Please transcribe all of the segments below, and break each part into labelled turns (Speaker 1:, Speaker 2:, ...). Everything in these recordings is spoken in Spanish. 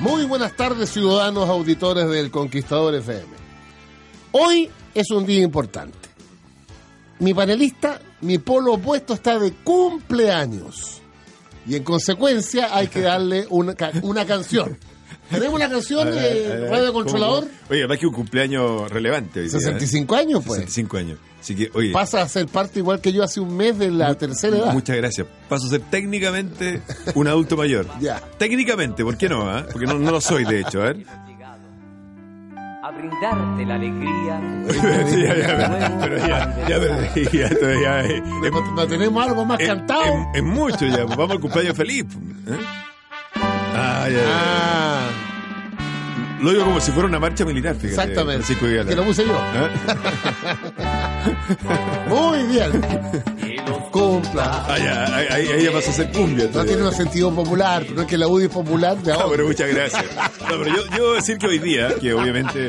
Speaker 1: Muy buenas tardes, ciudadanos auditores del Conquistador FM. Hoy es un día importante. Mi panelista, mi polo opuesto, está de cumpleaños. Y en consecuencia hay que darle una, ca- una canción. Tenemos la canción de Eh, Radio Controlador.
Speaker 2: Eh, Oye, además que un cumpleaños relevante. Hoy día, ¿eh?
Speaker 1: 65 años, pues.
Speaker 2: 65 años. Así que, oye,
Speaker 1: Pasa a ser parte igual que yo hace un mes de la tercera edad.
Speaker 2: muchas gracias. Paso a ser técnicamente un adulto mayor.
Speaker 1: Ya.
Speaker 2: Técnicamente, ¿por qué no? ah? Porque no, no lo soy, de hecho. A ver.
Speaker 3: llegado a brindarte la alegría.
Speaker 2: Sí, ya, ya, pero ya, ya, pero ya, esto ya es- es-
Speaker 1: No, no tenemos algo más
Speaker 2: eh. es-
Speaker 1: cantado.
Speaker 2: es- es mucho ya. pues Vamos al cumpleaños feliz. ¿eh? Ah, ya, ya,
Speaker 1: ah,
Speaker 2: ya. Lo digo como si fuera una marcha militar, fíjate.
Speaker 1: exactamente.
Speaker 2: Francisco Vidal.
Speaker 1: Que lo puse yo.
Speaker 2: ¿Eh?
Speaker 1: Muy bien. Cumpla.
Speaker 2: Ah, ya, ahí, ahí- ahí ya pasó a ser cumbia.
Speaker 1: No
Speaker 2: entonces.
Speaker 1: tiene un sentido popular, pero es que la UDI es popular de
Speaker 2: Ah,
Speaker 1: ahora.
Speaker 2: pero muchas gracias. No, pero yo, yo debo decir que hoy día, que obviamente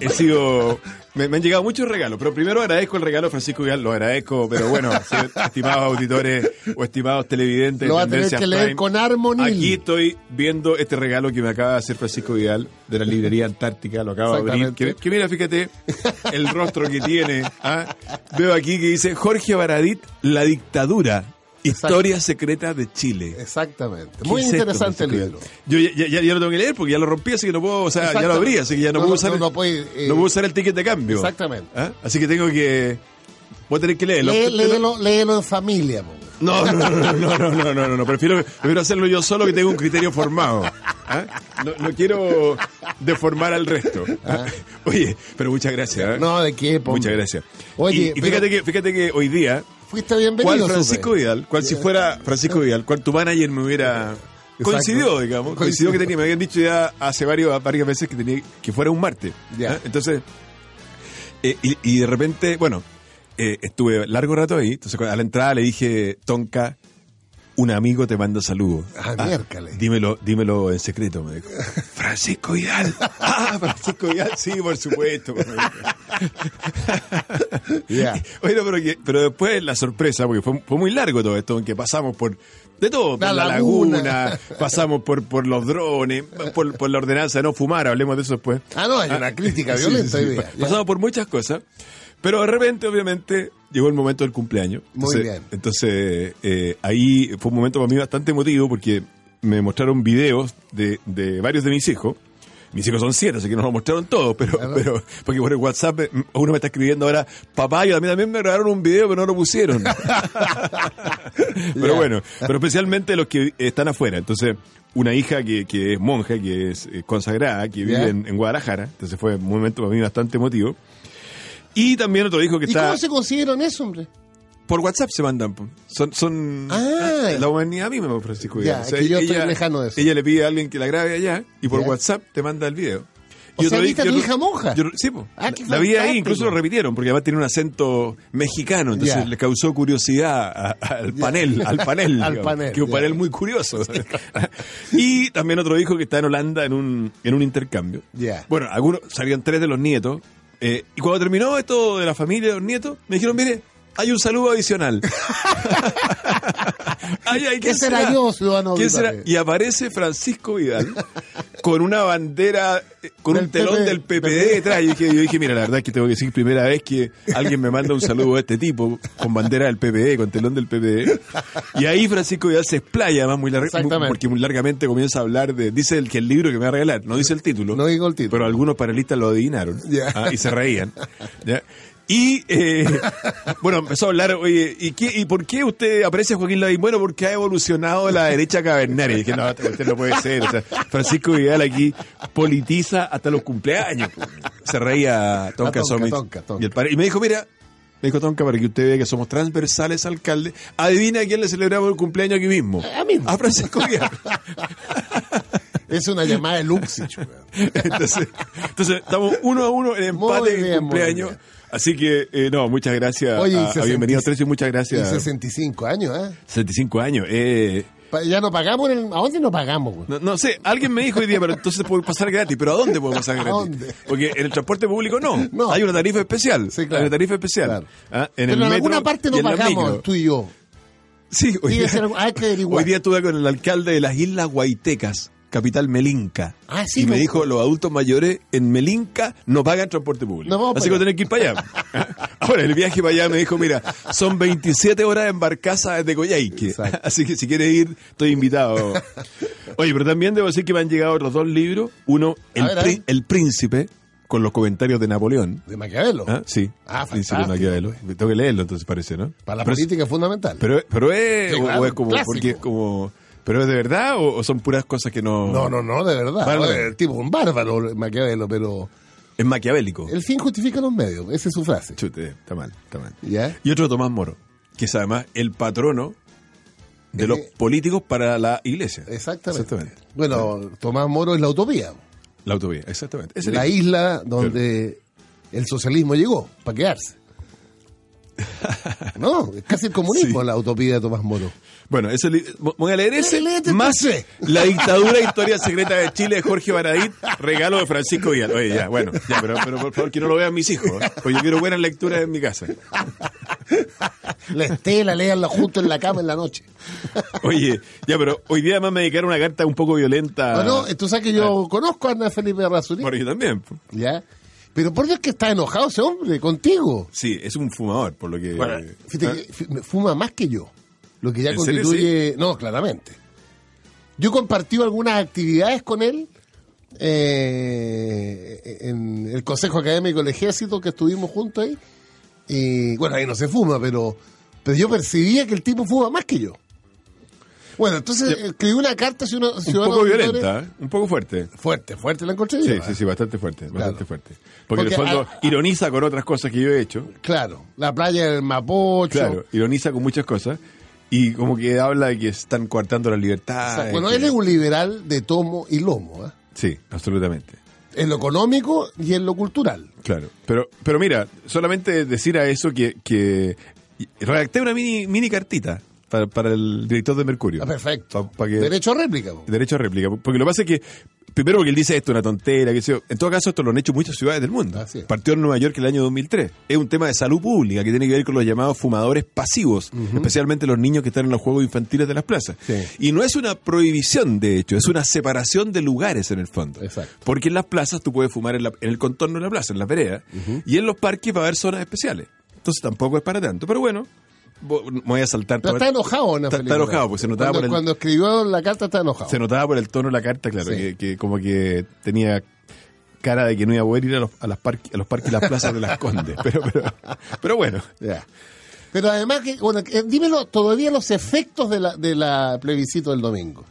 Speaker 2: he sido. Me, me han llegado muchos regalos, pero primero agradezco el regalo, Francisco Vidal, lo agradezco, pero bueno, sí, estimados auditores o estimados televidentes.
Speaker 1: Lo va a tener
Speaker 2: Tendencias
Speaker 1: que leer
Speaker 2: Prime,
Speaker 1: con armonía.
Speaker 2: Aquí estoy viendo este regalo que me acaba de hacer Francisco Vidal de la librería Antártica, lo acaba de abrir.
Speaker 1: Exactamente.
Speaker 2: Que, que mira, fíjate el rostro que tiene. ¿ah? Veo aquí que dice Jorge Baradit, La dictadura, historia secreta de Chile.
Speaker 1: Exactamente.
Speaker 2: ¿Qué
Speaker 1: Muy
Speaker 2: es esto,
Speaker 1: interesante el
Speaker 2: Francisco?
Speaker 1: libro.
Speaker 2: Yo ya, ya- ya- ya lo tengo que leer porque ya lo rompí, así que no puedo, o sea, ya lo
Speaker 1: Exactamente.
Speaker 2: abrí, así que ya
Speaker 1: No,
Speaker 2: no, puedo
Speaker 1: no,
Speaker 2: usar
Speaker 1: no,
Speaker 2: el,
Speaker 1: no puede, eh,
Speaker 2: no puedo usar el ticket de cambio.
Speaker 1: Exactamente.
Speaker 2: ¿Ah? Así que tengo que voy a tener que leerlo.
Speaker 1: Lé- léelo, léelo en familia. po.
Speaker 2: No, no, no, no, no, no, no, no, no, Prefiero, prefiero hacerlo yo solo que tengo un criterio formado. ¿Ah? No, no quiero deformar al resto. ¿Ah? Oye, pero muchas gracias. ¿ah?
Speaker 1: No, ¿de qué? po,
Speaker 2: muchas
Speaker 1: hombre?
Speaker 2: gracias.
Speaker 1: Oye,
Speaker 2: Y- y fíjate,
Speaker 1: pero-
Speaker 2: que, fíjate que hoy día
Speaker 1: Fuiste
Speaker 2: ¿Cuál
Speaker 1: bienvenido.
Speaker 2: Francisco
Speaker 1: supe.
Speaker 2: Vidal? ¿Cuál si fuera Francisco Vidal? ¿Cuál tu manager me hubiera coincidió, digamos? Coincidió que tenía, me habían dicho ya hace varios, varias veces que tenía que fuera un martes.
Speaker 1: Ya.
Speaker 2: ¿Ah? Entonces, eh, y, y de repente, bueno, eh, estuve largo rato ahí, entonces cu- a la entrada le dije, Tonka, un amigo te manda saludos.
Speaker 1: Ah, miércale.
Speaker 2: Dímelo, dímelo en secreto, me dijo. Francisco Vidal. Ah, Francisco Vidal, sí, por supuesto. me dijo.
Speaker 1: Ya.
Speaker 2: Bueno, pero, que- pero después la sorpresa, porque fue, fue muy largo todo esto, en que pasamos por de todo, por
Speaker 1: La
Speaker 2: la,
Speaker 1: laguna.
Speaker 2: laguna, pasamos por, por los drones, por, por la ordenanza de no fumar, hablemos de eso después.
Speaker 1: Ah, no, hay una crítica
Speaker 2: sí,
Speaker 1: violenta hoy
Speaker 2: sí, sí.
Speaker 1: día. Ya.
Speaker 2: Pasamos por muchas cosas, pero de repente, obviamente, llegó el momento del cumpleaños.
Speaker 1: Muy
Speaker 2: Entonces-
Speaker 1: bien.
Speaker 2: Entonces, eh, ahí fue un momento para mí bastante emotivo, porque me mostraron videos de, de varios de mis hijos. Mis hijos son siete, así que nos lo mostraron todos, pero, pero porque por el WhatsApp eh, uno me está escribiendo ahora, papá, yo también, también me grabaron un video, pero no lo pusieron. pero
Speaker 1: Ya.
Speaker 2: bueno, pero especialmente los que están afuera. Entonces, una hija que, que es monja, que es eh, consagrada, que vive
Speaker 1: Ya.
Speaker 2: en, en Guadalajara, entonces fue un momento para mí bastante emotivo. Y también otro hijo que
Speaker 1: ¿Y
Speaker 2: está...
Speaker 1: cómo se consiguieron eso, hombre?
Speaker 2: Por WhatsApp se mandan. po. Son, son
Speaker 1: Ah.
Speaker 2: la humanidad misma, po, Francisco.
Speaker 1: Ya,
Speaker 2: Vidal.
Speaker 1: es que yo estoy lejano de eso.
Speaker 2: Ella le pide a alguien que la grabe allá y por
Speaker 1: Ya.
Speaker 2: WhatsApp te manda el video.
Speaker 1: O sea,
Speaker 2: otro-
Speaker 1: viste a tu
Speaker 2: otro-
Speaker 1: hija monja.
Speaker 2: yo- sí, po.
Speaker 1: Ah, qué
Speaker 2: la vi ahí,
Speaker 1: fantástico.
Speaker 2: incluso lo repitieron, porque además tiene un acento mexicano, entonces
Speaker 1: Ya.
Speaker 2: le causó curiosidad a- al
Speaker 1: Ya.
Speaker 2: panel, al panel,
Speaker 1: Al
Speaker 2: digamos,
Speaker 1: panel,
Speaker 2: que es un
Speaker 1: ya.
Speaker 2: panel muy curioso. y también otro hijo que está en Holanda en un, en un intercambio.
Speaker 1: Ya.
Speaker 2: Bueno, algunos salían tres de los nietos. eh, y cuando terminó esto de la familia de los nietos, me dijeron, mire, Hay un saludo adicional. Ay, ay, ¿quién
Speaker 1: ¿Qué será yo, ciudadano
Speaker 2: ¿Quién será?
Speaker 1: auditores?
Speaker 2: Y aparece Francisco Vidal con una bandera, eh, con
Speaker 1: Del
Speaker 2: un telón
Speaker 1: PP.
Speaker 2: del PPD detrás. Y dije- yo dije, mira, la verdad es que tengo que decir primera vez que alguien me manda un saludo de este tipo, con bandera del PPD, con telón del PPD. Y ahí Francisco Vidal se explaya, además, muy, larga-
Speaker 1: Exactamente.
Speaker 2: porque muy largamente comienza a hablar de, dice el que el libro que me va a regalar, no dice el título.
Speaker 1: No digo el título.
Speaker 2: Pero algunos panelistas lo adivinaron
Speaker 1: Ya.
Speaker 2: Ah, y se reían. ¿ya? Y eh, bueno, empezó a hablar, oye, ¿y, qué, ¿y por qué usted aprecia a Joaquín Lavín? Bueno, porque ha evolucionado la derecha cavernaria. Y dije, no, esta cuestión no puede ser. O sea, Francisco Vidal aquí politiza hasta los cumpleaños. pues. Se reía Tonka
Speaker 1: Tonka,
Speaker 2: Somich.
Speaker 1: Tonka, Tonka.
Speaker 2: Y, el padre- y me dijo, mira, me dijo Tonka, para que usted vea que somos transversales, alcalde, adivina a quién le celebramos el cumpleaños aquí mismo.
Speaker 1: A mí mismo.
Speaker 2: A Francisco Vidal.
Speaker 1: Es una llamada de Luxich, weón.
Speaker 2: Entonces, entonces, estamos uno a uno en
Speaker 1: Muy
Speaker 2: empate en
Speaker 1: bien, muy
Speaker 2: cumpleaños.
Speaker 1: bien.
Speaker 2: Así que, eh, no, muchas gracias.
Speaker 1: Oye, y
Speaker 2: a- a,
Speaker 1: 60
Speaker 2: bienvenido, Trecio, muchas
Speaker 1: Y
Speaker 2: gracias.
Speaker 1: 65 años, ¿eh?
Speaker 2: 75 años. Eh,
Speaker 1: Pa- Ya no pagamos. en el- ¿A dónde no pagamos, weón?
Speaker 2: no, no sé, alguien me dijo hoy día, pero entonces puedo pasar gratis. ¿Pero a dónde puedo pasar gratis?
Speaker 1: dónde?
Speaker 2: Porque en el transporte público no.
Speaker 1: No.
Speaker 2: Hay una tarifa especial.
Speaker 1: Sí, claro.
Speaker 2: Hay una tarifa especial.
Speaker 1: Claro.
Speaker 2: Ah, En
Speaker 1: Pero
Speaker 2: el
Speaker 1: en
Speaker 2: metro
Speaker 1: alguna parte
Speaker 2: y
Speaker 1: no
Speaker 2: en la
Speaker 1: pagamos,
Speaker 2: micro.
Speaker 1: tú y yo.
Speaker 2: Sí, hoy
Speaker 1: Tiene
Speaker 2: día,
Speaker 1: que ser algo- hay que averiguar.
Speaker 2: hoy día estuve con el alcalde de las Islas Guaitecas, capital Melinca.
Speaker 1: Ah, sí,
Speaker 2: y me
Speaker 1: loco.
Speaker 2: dijo, los adultos mayores en Melinca no pagan transporte público.
Speaker 1: No pues vamos
Speaker 2: así que
Speaker 1: para
Speaker 2: voy a tener que ir para allá. Ahora, el viaje para allá me dijo, mira, son 27 horas en barcaza desde Coyhaique.
Speaker 1: Exacto.
Speaker 2: Así que si quieres ir, estoy invitado. Oye, pero también debo decir que me han llegado otros dos libros. Uno, El,
Speaker 1: ver, a
Speaker 2: Pri-
Speaker 1: ver.
Speaker 2: el Príncipe, con los comentarios de Napoleón.
Speaker 1: De Maquiavelo.
Speaker 2: ¿Ah? Sí,
Speaker 1: Ah,
Speaker 2: Príncipe
Speaker 1: fantástico,
Speaker 2: Maquiavelo. Tengo que leerlo, entonces parece, ¿no?
Speaker 1: Para la
Speaker 2: Pero es-
Speaker 1: política es fundamental.
Speaker 2: pero, pero es,
Speaker 1: Sí,
Speaker 2: o-
Speaker 1: claro,
Speaker 2: o es como,
Speaker 1: clásico.
Speaker 2: porque es como, pero es de verdad o, o son puras cosas que no,
Speaker 1: no, no, no, de verdad.
Speaker 2: Bárbaro.
Speaker 1: Oye, El tipo es un bárbaro, Maquiavelo, pero
Speaker 2: es maquiavélico.
Speaker 1: el fin justifica los medios. Esa es su frase.
Speaker 2: Chute, está mal, está mal.
Speaker 1: ¿Ya?
Speaker 2: Y otro Tomás Moro, que es además el patrono de los
Speaker 1: Ese-
Speaker 2: políticos para la iglesia.
Speaker 1: Exactamente.
Speaker 2: Exactamente.
Speaker 1: Bueno, Tomás Moro es la utopía.
Speaker 2: La autovía, exactamente. Ese
Speaker 1: la
Speaker 2: libro.
Speaker 1: isla donde el socialismo llegó para quedarse. No, es casi el comunismo
Speaker 2: Sí.
Speaker 1: la utopía de Tomás Moro.
Speaker 2: Bueno, ese li- vo- voy a leer ese,
Speaker 1: Léete
Speaker 2: más
Speaker 1: ese.
Speaker 2: la dictadura e historia secreta de Chile de Jorge Baradit, regalo de Francisco Vidal. Oye, ya, bueno, ya, pero, pero por favor que no lo vean mis hijos, ¿eh? porque yo quiero buenas lecturas en mi casa.
Speaker 1: La estela, leanla justo en la cama en la noche.
Speaker 2: Oye, ya, pero hoy día además me dedicaron una carta un poco violenta.
Speaker 1: Bueno, tú sabes que yo conozco a Ana Felipe Razuri,
Speaker 2: Bueno, yo también. po.
Speaker 1: ¿ya? Pero por Dios que está enojado ese hombre contigo.
Speaker 2: Sí, es un fumador, por lo que. eh,
Speaker 1: Fíjate que f- fuma más que yo, lo que ya
Speaker 2: ¿En serio,
Speaker 1: constituye... No, claramente. Yo he compartido algunas actividades con él eh, en el Consejo Académico del Ejército que estuvimos juntos ahí. Y bueno, ahí no se fuma, pero, pero yo percibía que el tipo fuma más que yo. Bueno, entonces escribí una carta si uno,
Speaker 2: un poco violenta, ¿eh? un poco fuerte.
Speaker 1: Fuerte, fuerte la encontré.
Speaker 2: Sí,
Speaker 1: yo,
Speaker 2: sí,
Speaker 1: ¿eh?
Speaker 2: sí, bastante fuerte, bastante
Speaker 1: Claro.
Speaker 2: fuerte. Porque, en el
Speaker 1: Porque
Speaker 2: fondo
Speaker 1: a-
Speaker 2: ironiza con otras cosas que yo he hecho.
Speaker 1: Claro, la playa del Mapocho.
Speaker 2: Claro, ironiza con muchas cosas. Y como que habla de que están coartando la
Speaker 1: O
Speaker 2: libertad.
Speaker 1: sea, bueno, él es un liberal de tomo y lomo, ¿eh?
Speaker 2: Sí, absolutamente.
Speaker 1: en lo económico y en lo cultural.
Speaker 2: Claro. Pero, pero mira, solamente decir a eso que, que redacté una mini, mini cartita para, para el director de Mercurio.
Speaker 1: Ah, perfecto.
Speaker 2: Pa- pa que-
Speaker 1: Derecho a réplica. po.
Speaker 2: derecho a réplica. Porque lo que pasa es que, primero porque él dice esto, una tontera, que En todo caso, esto lo han hecho muchas ciudades del mundo.
Speaker 1: Así es.
Speaker 2: Partió en Nueva York el año 2003. Es un tema de salud pública que tiene que ver con los llamados fumadores pasivos, especialmente los niños que están en los juegos infantiles de las plazas.
Speaker 1: Sí.
Speaker 2: Y no es una prohibición, de hecho, es una separación de lugares en el fondo.
Speaker 1: Exacto.
Speaker 2: Porque en las plazas tú puedes fumar en, la- en el contorno de la plaza, en la vereda, y en los parques va a haber zonas especiales. Entonces tampoco es para tanto. Pero bueno, vo- me voy a saltar
Speaker 1: Pero
Speaker 2: todo
Speaker 1: está
Speaker 2: esto.
Speaker 1: enojado, Ana
Speaker 2: Está- está
Speaker 1: Felipe.
Speaker 2: enojado, pues se notaba
Speaker 1: cuando,
Speaker 2: por el-
Speaker 1: cuando escribió la carta está enojado.
Speaker 2: se notaba por el tono de la carta, claro,
Speaker 1: Sí.
Speaker 2: que, que como que tenía cara de que no iba a poder ir a los, a las parque- a los parques y las plazas de las Condes. Pero, pero, pero bueno,
Speaker 1: Ya. Pero además, que, bueno, que- dímelo todavía los efectos de la, de la plebiscito del domingo.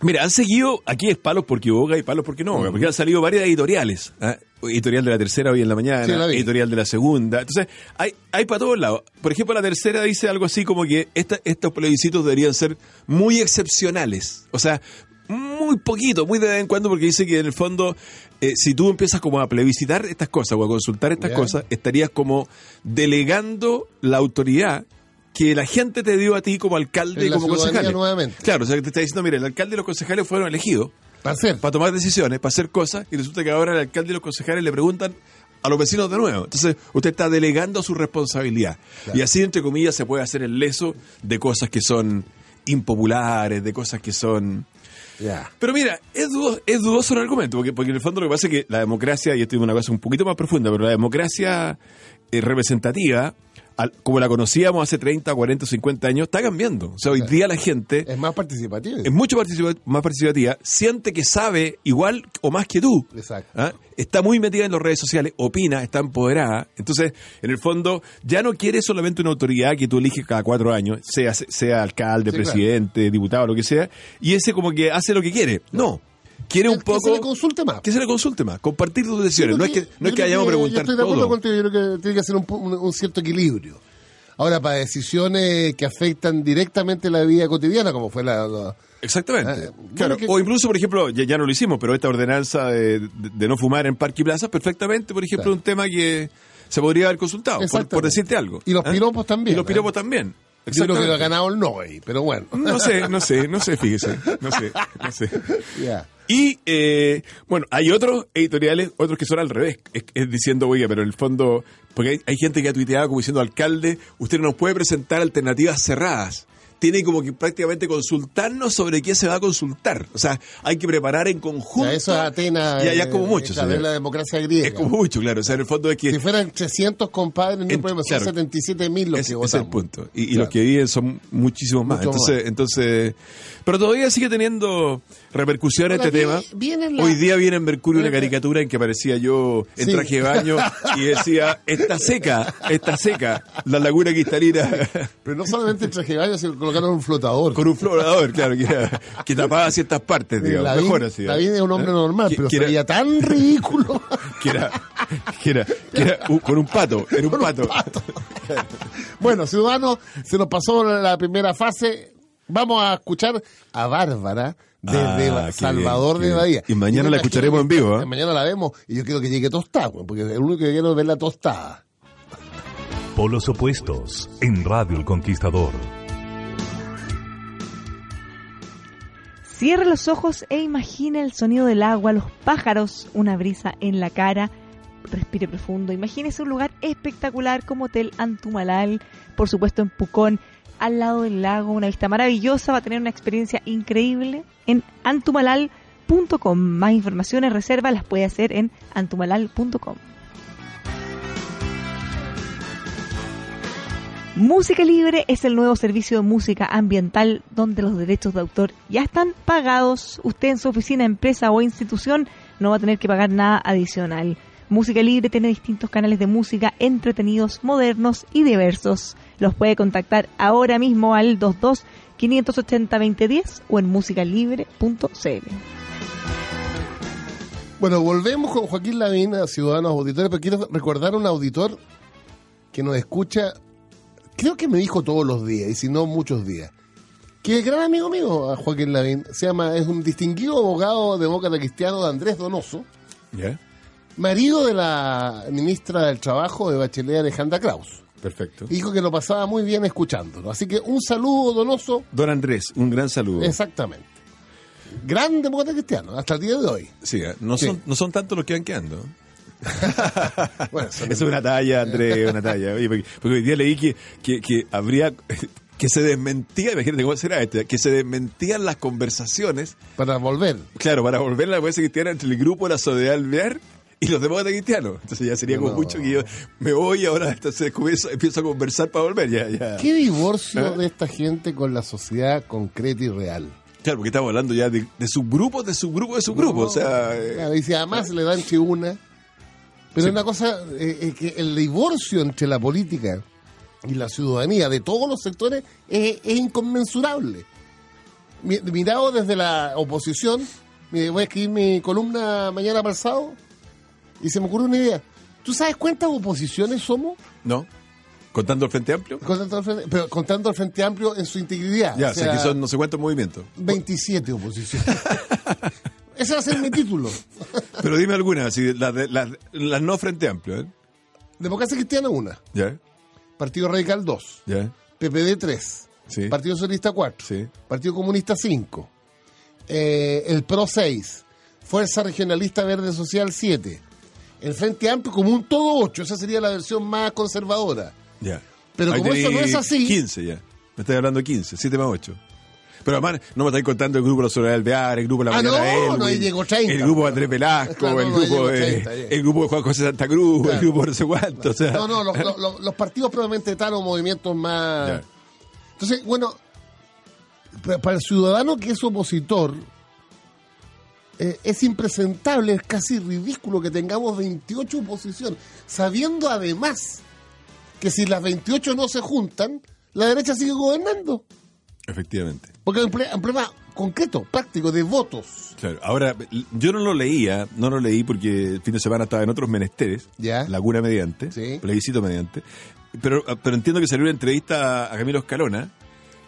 Speaker 2: mira, han seguido, aquí es palos porque boga y palos porque no, boga, porque han salido varias editoriales. ¿ah? Editorial de la tercera hoy en la mañana,
Speaker 1: Sí, la vi.
Speaker 2: editorial de la segunda. Entonces, hay, hay para todos lados. Por ejemplo, la tercera dice algo así como que esta- estos plebiscitos deberían ser muy excepcionales. O sea, muy poquito, muy de vez en cuando, porque dice que en el fondo, eh, si tú empiezas como a plebiscitar estas cosas o a consultar estas
Speaker 1: Ya.
Speaker 2: cosas, estarías como delegando la autoridad que la gente te dio a ti como alcalde
Speaker 1: En
Speaker 2: y
Speaker 1: la
Speaker 2: como
Speaker 1: ciudadanía
Speaker 2: concejal.
Speaker 1: nuevamente.
Speaker 2: Claro, o sea, que te está diciendo, mira, el alcalde y los concejales fueron elegidos
Speaker 1: Para hacer.
Speaker 2: para tomar decisiones, para hacer cosas, y resulta que ahora el alcalde y los concejales le preguntan a los vecinos de nuevo. Entonces, usted está delegando su responsabilidad. Y así, entre comillas, se puede hacer el leso de cosas que son impopulares, de cosas que son...
Speaker 1: Ya.
Speaker 2: Pero mira, es dudoso, es dudoso el argumento, porque, porque en el fondo lo que pasa es que la democracia, y esto es una cosa un poquito más profunda, pero la democracia eh, representativa, al- como la conocíamos hace 30, 40, 50 años, está cambiando. O sea, hoy día la gente
Speaker 1: Es más participativo.
Speaker 2: es mucho participa- más participativa, siente que sabe igual o más que tú.
Speaker 1: Exacto.
Speaker 2: ¿Ah? Está muy metida en las redes sociales, opina, está empoderada. Entonces, en el fondo, ya no quiere solamente una autoridad que tú eliges cada cuatro años, sea, sea alcalde,
Speaker 1: Sí, claro.
Speaker 2: presidente, diputado, lo que sea, y ese como que hace lo que quiere. No, quiere un
Speaker 1: Que
Speaker 2: poco...
Speaker 1: se le consulte más.
Speaker 2: que se le consulte más, compartir tus decisiones.
Speaker 1: Yo
Speaker 2: No
Speaker 1: creo
Speaker 2: es que, no
Speaker 1: yo
Speaker 2: es que
Speaker 1: creo
Speaker 2: vayamos a preguntar
Speaker 1: Yo estoy de acuerdo
Speaker 2: todo.
Speaker 1: contigo, yo creo que tiene que ser un, pu- un- un cierto equilibrio. Ahora, para decisiones que afectan directamente la vida cotidiana, como fue la... la-
Speaker 2: Exactamente.
Speaker 1: Ah, bueno,
Speaker 2: claro.
Speaker 1: que-
Speaker 2: O incluso, por ejemplo, ya, ya no lo hicimos, pero esta ordenanza de, de- de no fumar en parque y plazas, perfectamente, por ejemplo,
Speaker 1: Claro.
Speaker 2: un tema que se podría haber consultado, por,
Speaker 1: Exactamente.
Speaker 2: por decirte algo.
Speaker 1: Y los
Speaker 2: ¿Ah?
Speaker 1: piropos también,
Speaker 2: Y los
Speaker 1: ¿eh?
Speaker 2: piropos también.
Speaker 1: yo creo que lo ha
Speaker 2: Exactamente.
Speaker 1: ganado el Nobel, pero bueno.
Speaker 2: No sé, no sé, no sé, fíjese. No sé, no sé.
Speaker 1: Ya.
Speaker 2: Y eh, bueno, hay otros editoriales, otros que son al revés, es, es diciendo, oiga, pero en el fondo, porque hay, hay gente que ha tuiteado como diciendo, alcalde, usted no nos puede presentar alternativas cerradas. Tiene como que prácticamente consultarnos sobre qué se va a consultar. O sea, hay que preparar en
Speaker 1: O
Speaker 2: conjunto.
Speaker 1: sea, eso es Atenas.
Speaker 2: Ya, ya es
Speaker 1: eh,
Speaker 2: como mucho.
Speaker 1: claro,
Speaker 2: señor.
Speaker 1: es la democracia griega.
Speaker 2: Es como mucho, claro. O sea, en el fondo es que
Speaker 1: Si fueran 300 compadres, no
Speaker 2: Ent-
Speaker 1: podemos
Speaker 2: claro.
Speaker 1: ser 77 mil los
Speaker 2: Ese-
Speaker 1: que
Speaker 2: ese es el
Speaker 1: votamos.
Speaker 2: punto. Y, y
Speaker 1: Claro.
Speaker 2: los que viven son muchísimos más.
Speaker 1: Mucho
Speaker 2: entonces,
Speaker 1: más.
Speaker 2: entonces, pero todavía sigue teniendo repercusión
Speaker 1: Ahora,
Speaker 2: este
Speaker 1: vi-
Speaker 2: tema.
Speaker 1: viene la-
Speaker 2: Hoy día viene en Mercurio una
Speaker 1: Viene-
Speaker 2: caricatura en que aparecía yo en
Speaker 1: Sí.
Speaker 2: traje de baño y decía, está seca, está seca, la laguna cristalina
Speaker 1: Pero no solamente el traje de baño, sino que colocaron un flotador. Eh,
Speaker 2: con un florador, claro, que, era- que tapaba ciertas partes, digamos.
Speaker 1: David,
Speaker 2: Mejor así. ¿eh?
Speaker 1: David es un hombre normal,
Speaker 2: Que-
Speaker 1: pero
Speaker 2: que era-
Speaker 1: sería tan ridículo.
Speaker 2: que era, que era, que era un- con un pato, era un pato.
Speaker 1: bueno, ciudadanos, se nos pasó la primera fase. Vamos a escuchar a Bárbara desde
Speaker 2: Ah, qué
Speaker 1: Salvador
Speaker 2: bien, qué
Speaker 1: de
Speaker 2: bien.
Speaker 1: Bahía.
Speaker 2: Y mañana
Speaker 1: Yo me imagino
Speaker 2: la escucharemos
Speaker 1: que-
Speaker 2: en vivo, ¿eh?
Speaker 1: Mañana la vemos y yo quiero que llegue tostada, güey, porque el único que quiero es ver la tostada.
Speaker 4: Polos opuestos en Radio El Conquistador.
Speaker 5: Cierre los ojos e imagina el sonido del agua, los pájaros, una brisa en la cara. Respire profundo. Imagínese un lugar espectacular como Hotel Antumalal, por supuesto en Pucón, al lado del lago, una vista maravillosa. Va a tener una experiencia increíble en antumalal.com. Más informaciones, reservas las puede hacer en antumalal.com. Música Libre es el nuevo servicio de música ambiental donde los derechos de autor ya están pagados. Usted en su oficina, empresa o institución no va a tener que pagar nada adicional. Música Libre tiene distintos canales de música entretenidos, modernos y diversos. Los puede contactar ahora mismo al 22 580 2010 o en musicalibre.cl.
Speaker 1: Bueno, volvemos con Joaquín Lavín a Ciudadanos Auditores, pero quiero recordar a un auditor que nos escucha, creo que me dijo todos los días, y si no muchos días, que el gran amigo mío, a Joaquín Lavín, se llama, es un distinguido abogado demócrata cristiano de Andrés Donoso,
Speaker 2: Ya,
Speaker 1: marido de la ministra del Trabajo de Bachelet Alejandra Kraus.
Speaker 2: perfecto.
Speaker 1: Dijo que lo pasaba muy bien escuchándolo. Así que un saludo, Donoso,
Speaker 2: Don Andrés, un gran saludo.
Speaker 1: exactamente. Gran demócrata cristiano, hasta el día de hoy.
Speaker 2: Sí, ¿eh? no son,
Speaker 1: Sí.
Speaker 2: no son tantos los que van quedando.
Speaker 1: Bueno, son-
Speaker 2: Es una talla, Andrés, una talla. Oye, porque, porque hoy día leí que, que, que habría, que se desmentía, imagínate cómo será este, que se desmentían las conversaciones,
Speaker 1: para volver.
Speaker 2: claro, para volver a la democracia cristiana entre el grupo de la sociedad alvear y los demócratas cristianos. Entonces ya sería como
Speaker 1: No.
Speaker 2: mucho que yo me voy y ahora entonces comienzo- empiezo a conversar para volver. Ya, ya.
Speaker 1: ¿Qué divorcio de esta gente con la sociedad concreta y real?
Speaker 2: Claro, porque estamos hablando ya de, de subgrupos, de subgrupos, de subgrupos. O sea, eh,
Speaker 1: Claro, y si además le dan chibuna. Pero una cosa eh, es que el divorcio entre la política y la ciudadanía de todos los sectores es, es inconmensurable. Mi- Mirado desde la oposición, mire, voy a escribir mi columna mañana pasado y se me ocurre una idea. ¿Tú sabes cuántas oposiciones somos?
Speaker 2: ¿no? Contando el Frente Amplio.
Speaker 1: Contando al Frente- pero contando al Frente Amplio en su integridad.
Speaker 2: Ya,
Speaker 1: o
Speaker 2: o sea,
Speaker 1: sea,
Speaker 2: que son no sé cuántos movimientos.
Speaker 1: 27 oposiciones. Ese va a ser mi título.
Speaker 2: Pero dime alguna, así, las de- las- las no Frente Amplio, ¿eh?
Speaker 1: Democracia Cristiana 1,
Speaker 2: Ya,
Speaker 1: Partido Radical 2,
Speaker 2: ya,
Speaker 1: PPD 3,
Speaker 2: Sí.
Speaker 1: Partido Socialista 4,
Speaker 2: Sí.
Speaker 1: Partido Comunista 5, eh, el PRO 6, Fuerza Regionalista Verde Social 7, el Frente Amplio como un todo ocho. Esa sería la versión más conservadora.
Speaker 2: Ya.
Speaker 1: Pero como eso
Speaker 2: tenéis
Speaker 1: no es así-
Speaker 2: 15 ya. Me estás hablando de 15, 7 más 8. Pero además, no me estáis contando el grupo de la Soledad Alvear, el grupo de la
Speaker 1: Ah,
Speaker 2: Mañana
Speaker 1: no,
Speaker 2: Elwin,
Speaker 1: no, ahí llegó 30.
Speaker 2: El grupo de Andrés Velasco,
Speaker 1: Claro,
Speaker 2: el,
Speaker 1: no, ahí
Speaker 2: grupo
Speaker 1: llegó
Speaker 2: de,
Speaker 1: 30, ya.
Speaker 2: el grupo de Juan José Santa Cruz,
Speaker 1: Claro.
Speaker 2: el grupo de no sé cuánto. O sea,
Speaker 1: No, no, los, los- los- los partidos probablemente tal o movimientos más...
Speaker 2: Ya.
Speaker 1: Entonces, bueno, pa- para el ciudadano que es opositor, eh, es impresentable, es casi ridículo que tengamos 28 oposición, sabiendo además que si las 28 no se juntan, la derecha sigue gobernando.
Speaker 2: Efectivamente.
Speaker 1: Porque hay un ple- un problema concreto, práctico, de votos.
Speaker 2: Claro. Ahora, yo no lo leía, no lo leí porque el fin de semana estaba en otros menesteres,
Speaker 1: Ya.
Speaker 2: Laguna Mediante,
Speaker 1: Sí.
Speaker 2: Plebiscito Mediante, pero, pero entiendo que salió una entrevista a Camilo Escalona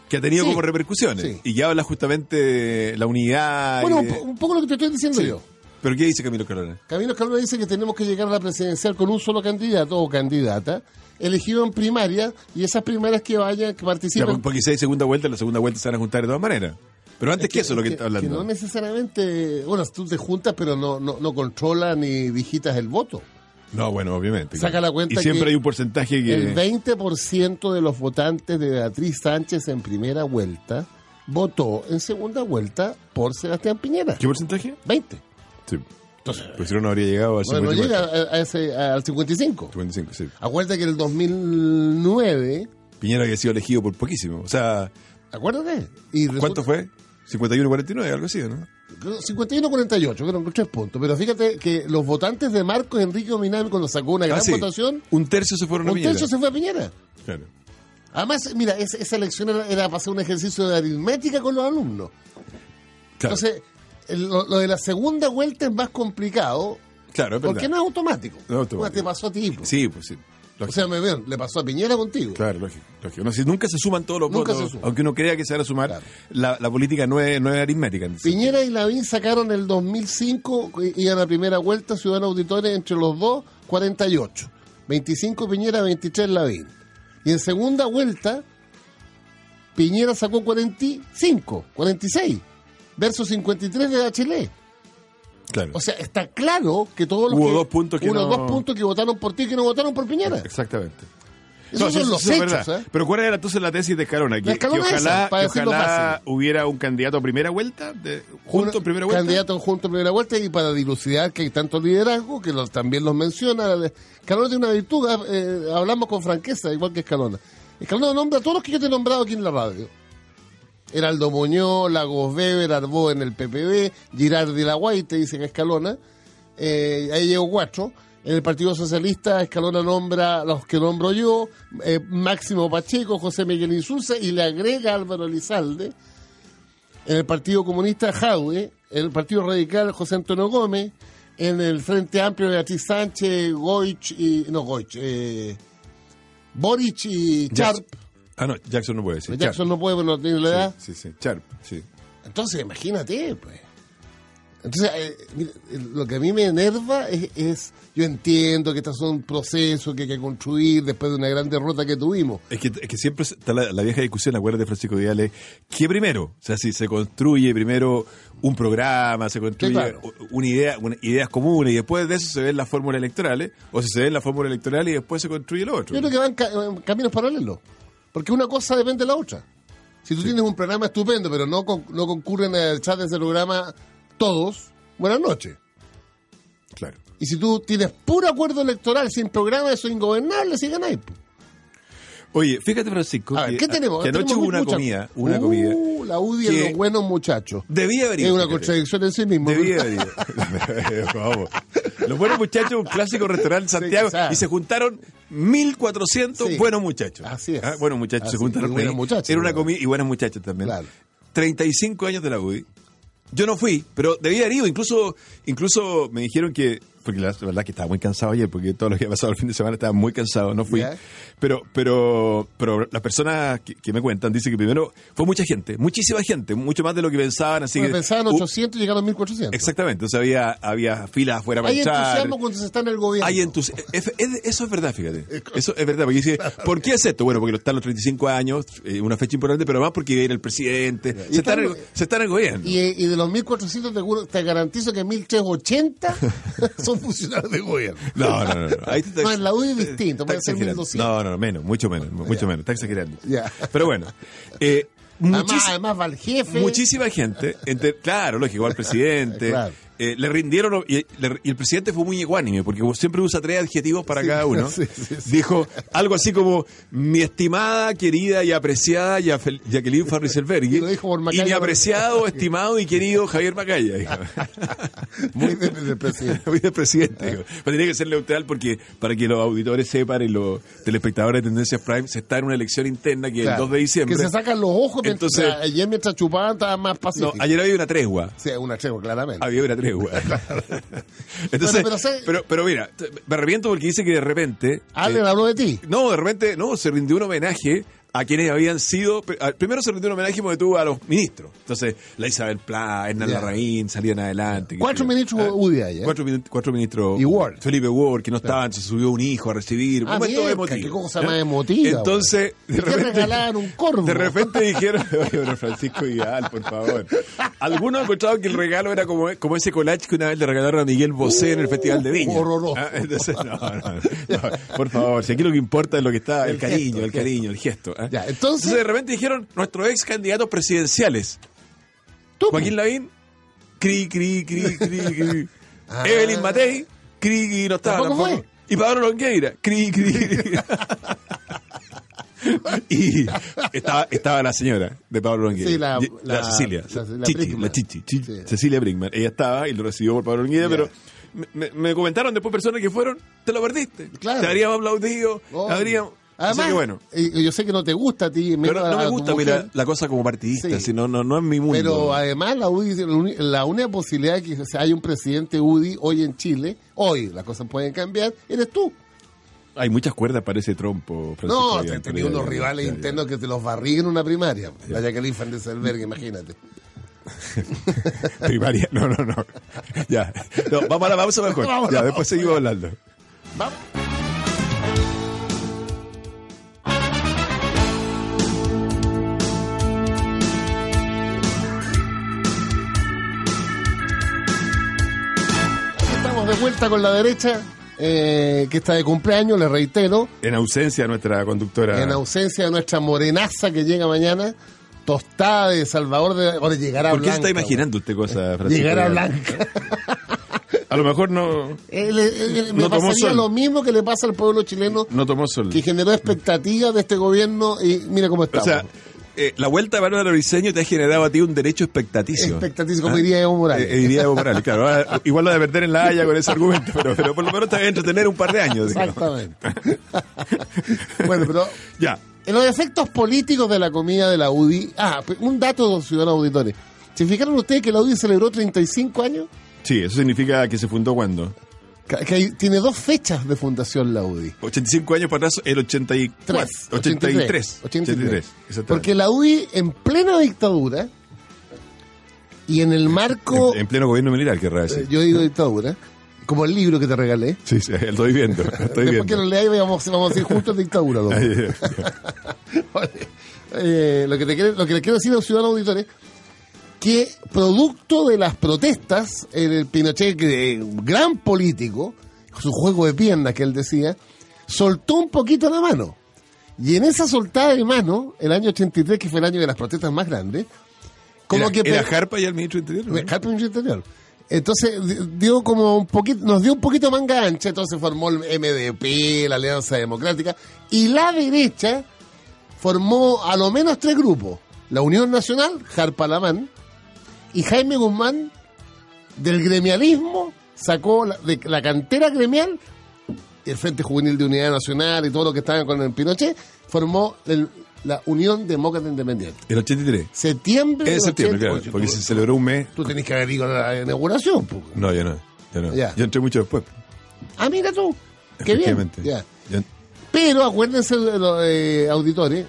Speaker 2: que ha tenido
Speaker 1: Sí.
Speaker 2: como repercusiones
Speaker 1: Sí.
Speaker 2: y que habla justamente de la unidad. y
Speaker 1: Bueno, un,
Speaker 2: de-
Speaker 1: po- un poco lo que te estoy diciendo
Speaker 2: Sí.
Speaker 1: yo.
Speaker 2: ¿Pero qué dice Camilo Escalona?
Speaker 1: Camilo Escalona dice que tenemos que llegar a la presidencial con un solo candidato o candidata elegido en primaria y esas primarias que vayan, que
Speaker 2: Ya,
Speaker 1: participen.
Speaker 2: porque- porque si hay segunda vuelta, en la segunda vuelta se van a juntar de todas maneras. Pero antes que, eso es lo que, está hablando.
Speaker 1: que no necesariamente, bueno, tú te juntas, pero no, no, no controlas ni digitas el voto.
Speaker 2: No, bueno, obviamente.
Speaker 1: Saca
Speaker 2: claro.
Speaker 1: la cuenta
Speaker 2: Y siempre
Speaker 1: que
Speaker 2: hay un porcentaje que...
Speaker 1: El 20% de los votantes de Beatriz Sánchez en primera vuelta votó en segunda vuelta por Sebastián Piñera.
Speaker 2: ¿Qué porcentaje?
Speaker 1: 20.
Speaker 2: Sí. Entonces, pues si no, no habría llegado al
Speaker 1: Bueno, no
Speaker 2: 54.
Speaker 1: llega a- a ese- al 55.
Speaker 2: 55, sí.
Speaker 1: Acuérdate que el 2009
Speaker 2: Piñera había sido elegido por poquísimo. O sea,
Speaker 1: Acuérdate. Y resulta-
Speaker 2: ¿cuánto fue? 51-49, algo así, ¿no?
Speaker 1: creo- 51-48, que eran tres puntos. Pero fíjate que los votantes de Marcos Enrique Ominami, cuando sacó una gran
Speaker 2: Ah, sí.
Speaker 1: votación,
Speaker 2: Un tercio se fueron a
Speaker 1: un
Speaker 2: Piñera.
Speaker 1: tercio se fue a Piñera.
Speaker 2: Claro.
Speaker 1: Además, mira, es- esa elección era, era para hacer un ejercicio de aritmética con los alumnos.
Speaker 2: Claro,
Speaker 1: Entonces, el- lo, lo de la segunda vuelta es más complicado
Speaker 2: claro, es
Speaker 1: porque
Speaker 2: verdad.
Speaker 1: no es automático.
Speaker 2: No es automático.
Speaker 1: Bueno, te pasó a ti. po.
Speaker 2: Sí, pues sí.
Speaker 1: O
Speaker 2: Lógico.
Speaker 1: sea, me ven, le pasó a Piñera contigo.
Speaker 2: Claro, lógico. lógico. No, si nunca se suman todos los
Speaker 1: Nunca se
Speaker 2: votos,
Speaker 1: suman.
Speaker 2: aunque uno crea que se van a sumar,
Speaker 1: Claro.
Speaker 2: la, la política no es, no es aritmética. en ese
Speaker 1: Piñera y Lavín sacaron el 2005, i- iban a primera vuelta, Ciudadanos Auditores entre los dos, 48. 25 Piñera, 23 Lavín. Y en segunda vuelta, Piñera sacó 45, 46, versus 53 de Bachelet.
Speaker 2: sentido. Claro.
Speaker 1: O sea, está claro que todos los
Speaker 2: Hubo
Speaker 1: que,
Speaker 2: dos puntos que
Speaker 1: unos
Speaker 2: no-
Speaker 1: dos puntos que votaron por ti que no votaron por Piñera.
Speaker 2: Exactamente.
Speaker 1: Esos
Speaker 2: No,
Speaker 1: son
Speaker 2: sí, sí,
Speaker 1: los
Speaker 2: eso es
Speaker 1: hechos,
Speaker 2: verdad.
Speaker 1: ¿eh?
Speaker 2: Pero ¿cuál era entonces la tesis de Escalona? Que,
Speaker 1: La Escalona
Speaker 2: que ojalá,
Speaker 1: esa, para
Speaker 2: que
Speaker 1: decirlo
Speaker 2: ojalá
Speaker 1: fácil.
Speaker 2: hubiera un candidato a primera vuelta, de- junto en primera vuelta.
Speaker 1: Candidato junto en primera vuelta y para dilucidar que hay tanto liderazgo que los, también los menciona. Eh, Escalona tiene una virtud, ah, eh, hablamos con franqueza, igual que Escalona. Escalona nombra a todos los que yo te he nombrado aquí en la radio. Heraldo Muñoz, Lagos Weber, Arbó en el PPB, Girardi Laguaite, dicen Escalona. Eh, ahí llegó cuatro. En el Partido Socialista, Escalona nombra a los que nombro yo, eh, Máximo Pacheco, José Miguel Insulza y le agrega Álvaro Elizalde en el Partido Comunista Jadwe, en el Partido Radical José Antonio Gómez, en el Frente Amplio Beatriz Sánchez, Goich y. no Goich, eh, Boric y
Speaker 2: Jack-
Speaker 1: Sharp.
Speaker 2: Ah, no, Jackson no puede decir.
Speaker 1: Jackson no puede, porque no tiene la edad.
Speaker 2: Sí, sí, sí. Sharp, sí.
Speaker 1: Entonces, imagínate, pues. Entonces, eh, mira, eh, lo que a mí me enerva es, es- yo entiendo que estos son procesos que hay que construir después de una gran derrota que tuvimos.
Speaker 2: Es que, es que siempre está la, la vieja discusión, acuérdate, Francisco Vidal, que primero, o sea, si se construye primero un programa, se construye
Speaker 1: Sí, claro.
Speaker 2: u- una idea, una- ideas comunes, y después de eso se ven las fórmulas electorales, o si se ven las fórmulas electorales y después se construye lo otro.
Speaker 1: Yo creo que van ca- en caminos paralelos. Porque una cosa depende de la otra. Si tú tienes un programa estupendo, pero no, con- no concurren al chat de ese programa todos, buenas noches.
Speaker 2: Claro.
Speaker 1: Y si tú tienes puro acuerdo electoral sin programa, eso es ingobernable, si ganáis. po.
Speaker 2: Oye, fíjate, Francisco,
Speaker 1: A ver,
Speaker 2: que,
Speaker 1: ¿qué tenemos?
Speaker 2: que anoche
Speaker 1: Tenemos
Speaker 2: hubo una
Speaker 1: muchas-
Speaker 2: comida, una
Speaker 1: Uh,
Speaker 2: comida.
Speaker 1: La UDI en
Speaker 2: que-
Speaker 1: los buenos muchachos.
Speaker 2: Debía haber ido,
Speaker 1: Es una
Speaker 2: fíjate.
Speaker 1: contradicción en sí mismo.
Speaker 2: Debía haber ido. Vamos. Los buenos muchachos, un clásico restaurante en Santiago.
Speaker 1: quizás.
Speaker 2: y se juntaron 1.400
Speaker 1: Sí.
Speaker 2: buenos muchachos.
Speaker 1: Así es.
Speaker 2: Ah, buenos muchachos
Speaker 1: Así,
Speaker 2: se juntaron.
Speaker 1: y buenos
Speaker 2: ahí.
Speaker 1: muchachos,
Speaker 2: Era una
Speaker 1: claro.
Speaker 2: comida y buenos muchachos también.
Speaker 1: Claro.
Speaker 2: 35 años de la UDI. Yo no fui, pero debía haber ido. Incluso, incluso me dijeron que. Porque la, la verdad que estaba muy cansado ayer, porque todo lo que había pasado el fin de semana estaba muy cansado, no fui.
Speaker 1: Ya.
Speaker 2: Pero, pero, pero las personas que, que me cuentan dicen que primero fue mucha gente, muchísima gente, mucho más de lo que pensaban. Así
Speaker 1: Bueno,
Speaker 2: que
Speaker 1: pensaban
Speaker 2: hu-
Speaker 1: 800 y llegaron 1400.
Speaker 2: Exactamente, entonces había, había filas afuera para
Speaker 1: Hay
Speaker 2: entrar.
Speaker 1: entusiasmo cuando se está en el gobierno.
Speaker 2: Hay entus- es- es- eso es verdad, fíjate. Eso es verdad. Porque dice, ¿por qué es esto? Bueno, porque están los 35 años, eh, una fecha importante, pero más porque viene el presidente.
Speaker 1: Y
Speaker 2: Se está, en el,
Speaker 1: están-
Speaker 2: se está en el gobierno.
Speaker 1: Y, y de los 1400 te, juro- te garantizo que 1380 son son funcionarios de gobierno.
Speaker 2: No, no, no. no. Ahí te-
Speaker 1: No, en la UDI es distinto,
Speaker 2: está
Speaker 1: puede ser
Speaker 2: exagerando.
Speaker 1: 1200.
Speaker 2: No, no, no, menos, mucho menos, mucho menos. Está exagerando.
Speaker 1: Ya.
Speaker 2: Pero bueno, eh,
Speaker 1: Además,
Speaker 2: muchis-
Speaker 1: además va el jefe.
Speaker 2: muchísima gente, entre- claro, lógico, al presidente.
Speaker 1: Claro.
Speaker 2: eh, le rindieron y, le- y el presidente fue muy ecuánime porque siempre usa tres adjetivos para
Speaker 1: Sí,
Speaker 2: cada uno.
Speaker 1: sí, sí, sí.
Speaker 2: Dijo algo así como mi estimada, querida y apreciada Ya- Jacqueline Farriselberghi
Speaker 1: Y lo dijo por
Speaker 2: y
Speaker 1: Macaya.
Speaker 2: mi apreciado, estimado y querido Javier Macaya. dijo.
Speaker 1: Muy de- de presidente.
Speaker 2: Muy de presidente. digo. Pero tiene que ser neutral porque para que los auditores sepan y los telespectadores de Tendencias Prime se está en una elección interna que es el
Speaker 1: Claro.
Speaker 2: 2 de diciembre.
Speaker 1: Que se sacan los ojos. mientras-
Speaker 2: Entonces-
Speaker 1: ayer mientras chupaban estaba más
Speaker 2: No,
Speaker 1: pacífico.
Speaker 2: ayer había una tregua.
Speaker 1: Sí, una tregua, claramente.
Speaker 2: Había una tregua.
Speaker 1: Bueno,
Speaker 2: Entonces,
Speaker 1: pero sé- Ah,
Speaker 2: pero, pero mira, t- me arrepiento porque dice que de repente.
Speaker 1: Allen
Speaker 2: eh,
Speaker 1: habló de ti.
Speaker 2: no, de repente, no, se rindió un homenaje a quienes habían sido. pr- a- Primero se rindió un homenaje porque tuvo a los ministros. Entonces, la Isabel Pla, Hernán
Speaker 1: Ya.
Speaker 2: Larraín salían adelante. qué
Speaker 1: Cuatro
Speaker 2: sé yo.
Speaker 1: ministros
Speaker 2: Ah,
Speaker 1: UDI ayer.
Speaker 2: Cuatro, min- cuatro ministros.
Speaker 1: Y Ward.
Speaker 2: Felipe Ward, que no estaban, se subió un hijo a recibir.
Speaker 1: Ah,
Speaker 2: Momento
Speaker 1: mierda,
Speaker 2: emotivo.
Speaker 1: qué cosa
Speaker 2: ¿eh?
Speaker 1: más emotiva.
Speaker 2: Entonces,
Speaker 1: güey. ¿Y
Speaker 2: de
Speaker 1: qué
Speaker 2: repente-
Speaker 1: regalaban un corvo?
Speaker 2: de repente dijeron, oye, bueno, Francisco Vidal, por favor. Algunos han encontrado que el regalo era como, como ese collage que una vez le regalaron a Miguel Bosé en el Festival de Viña.
Speaker 1: Uh, Horroroso.
Speaker 2: Ah, entonces, no, no, no, por favor, si aquí lo que importa es lo que está, el,
Speaker 1: El
Speaker 2: cariño,
Speaker 1: gesto,
Speaker 2: el
Speaker 1: el
Speaker 2: cariño, el gesto. ¿eh?
Speaker 1: Ya, entonces-
Speaker 2: de repente dijeron, nuestros ex candidatos presidenciales,
Speaker 1: Tú,
Speaker 2: Joaquín Lavín, cri, cri, cri, cri, cri.
Speaker 1: Ah.
Speaker 2: Evelyn Matei, cri, cri, no estaba
Speaker 1: Tampoco
Speaker 2: tampoco.
Speaker 1: fue.
Speaker 2: Y Pablo Longueira, cri, cri, cri. y estaba, estaba la señora de Pablo Longueira.
Speaker 1: Sí, la-
Speaker 2: Y-
Speaker 1: la-
Speaker 2: Cecilia.
Speaker 1: la- la
Speaker 2: Chichi,
Speaker 1: Brinkman.
Speaker 2: la Chichi, Chichi,
Speaker 1: Sí.
Speaker 2: Cecilia Brinkman. Ella estaba y lo recibió por Pablo Longueira,
Speaker 1: Ya.
Speaker 2: pero me, me- me comentaron después personas que fueron, te lo perdiste.
Speaker 1: Claro.
Speaker 2: Te habríamos aplaudido,
Speaker 1: Oh.
Speaker 2: habríamos...
Speaker 1: Además,
Speaker 2: Así que bueno.
Speaker 1: eh, yo sé que no te gusta a ti.
Speaker 2: Pero
Speaker 1: menos
Speaker 2: no
Speaker 1: a
Speaker 2: me
Speaker 1: tu
Speaker 2: gusta
Speaker 1: mujer,
Speaker 2: mira, la cosa como partidista,
Speaker 1: Sí.
Speaker 2: sino, no, no es mi mundo.
Speaker 1: Pero además la UDI, dice, la uni- la única posibilidad de que haya un presidente UDI hoy en Chile, hoy las cosas pueden cambiar, eres tú.
Speaker 2: Hay muchas cuerdas para ese trompo, Francisco.
Speaker 1: No,
Speaker 2: Vidal,
Speaker 1: te
Speaker 2: pero
Speaker 1: tenía
Speaker 2: ya,
Speaker 1: unos
Speaker 2: ya,
Speaker 1: rivales
Speaker 2: ya, ya.
Speaker 1: internos que te los barrigan en una primaria. La Jacqueline Van de Selberg, imagínate.
Speaker 2: Primaria, no, no, no. Ya. No, vamos a la pausa mejor.
Speaker 1: Vamos a la
Speaker 2: ya, después seguimos hablando.
Speaker 1: Vamos. Estamos de vuelta con la derecha, eh, que está de cumpleaños, le reitero,
Speaker 2: En ausencia de nuestra conductora.
Speaker 1: en ausencia de nuestra morenaza que llega mañana, tostada de Salvador de... Ahora llegará
Speaker 2: ¿Por qué
Speaker 1: Blanca.
Speaker 2: se está imaginando usted cosas,
Speaker 1: güey.
Speaker 2: Francisco?
Speaker 1: Llegará
Speaker 2: Vidal?
Speaker 1: Blanca.
Speaker 2: A lo mejor no,
Speaker 1: Él- él- él- me
Speaker 2: No tomó
Speaker 1: pasaría
Speaker 2: sol.
Speaker 1: lo mismo que le pasa al pueblo chileno
Speaker 2: no tomó sol.
Speaker 1: que generó expectativas de este gobierno y mira cómo
Speaker 2: O
Speaker 1: estamos.
Speaker 2: sea, eh, la vuelta de Manuel Ariseño te ha generado a ti un derecho expectaticio.
Speaker 1: Expectativas, como diría Evo Morales.
Speaker 2: Eh, eh, diría Evo Morales, claro. Ahora, igual lo de perder en la Haya con ese argumento, pero, pero por lo menos te va a entretener un par de años. digamos.
Speaker 1: Exactamente. bueno, pero
Speaker 2: Ya.
Speaker 1: en los efectos políticos de la comida de la UDI, ah, pues, un dato, ciudadanos auditores. ¿Se fijaron ustedes que la UDI celebró 35 años?
Speaker 2: Sí, eso significa que se fundó cuando.
Speaker 1: Que- que hay- tiene dos fechas de fundación la UDI.
Speaker 2: 85 años para atrás, el 84. 83.
Speaker 1: 83.
Speaker 2: 83.
Speaker 1: 83.
Speaker 2: exactamente.
Speaker 1: Porque la UDI en plena dictadura y en el marco,
Speaker 2: en, en pleno gobierno militar, querrá decir.
Speaker 1: eh, yo digo dictadura, como el libro que te regalé,
Speaker 2: Sí, sí, lo estoy viendo. lo Estoy
Speaker 1: Después que
Speaker 2: viendo. eh,
Speaker 1: lo leáis vamos, vamos a decir juntos dictadura. loco.
Speaker 2: Ay, ay,
Speaker 1: Oye, eh, lo, que te quiero, lo que le quiero decir a los ciudadanos auditores que producto de las protestas, el, el Pinochet, que, eh, gran político, su juego de piernas que él decía, soltó un poquito la mano. Y en esa soltada de mano, el año 83, que fue el año de las protestas más grandes, como
Speaker 2: era,
Speaker 1: que...
Speaker 2: era Harpa y el ministro interior. ¿no?
Speaker 1: Me- Harper Ministro Interior. Entonces di- dio como un poquito, nos dio un poquito manga ancha, entonces formó el MDP, la Alianza Democrática, y la derecha formó a lo menos tres grupos. La Unión Nacional, Harpa Lamán, y Jaime Guzmán del gremialismo sacó la, de la cantera gremial, el Frente Juvenil de Unidad Nacional y todo lo que estaban con el Pinochet, formó el- la Unión Demócrata Independiente.
Speaker 2: El 83.
Speaker 1: Septiembre
Speaker 2: En
Speaker 1: del
Speaker 2: septiembre,
Speaker 1: 88.
Speaker 2: claro. Porque se celebró un mes.
Speaker 1: Tú tenés que haber ido a la inauguración. po.
Speaker 2: No, yo no. Yo, no.
Speaker 1: Ya.
Speaker 2: yo entré mucho después.
Speaker 1: Ah, mira tú. Qué bien.
Speaker 2: efectivamente.
Speaker 1: Ya.
Speaker 2: Yo-
Speaker 1: Pero acuérdense, de los eh, auditores,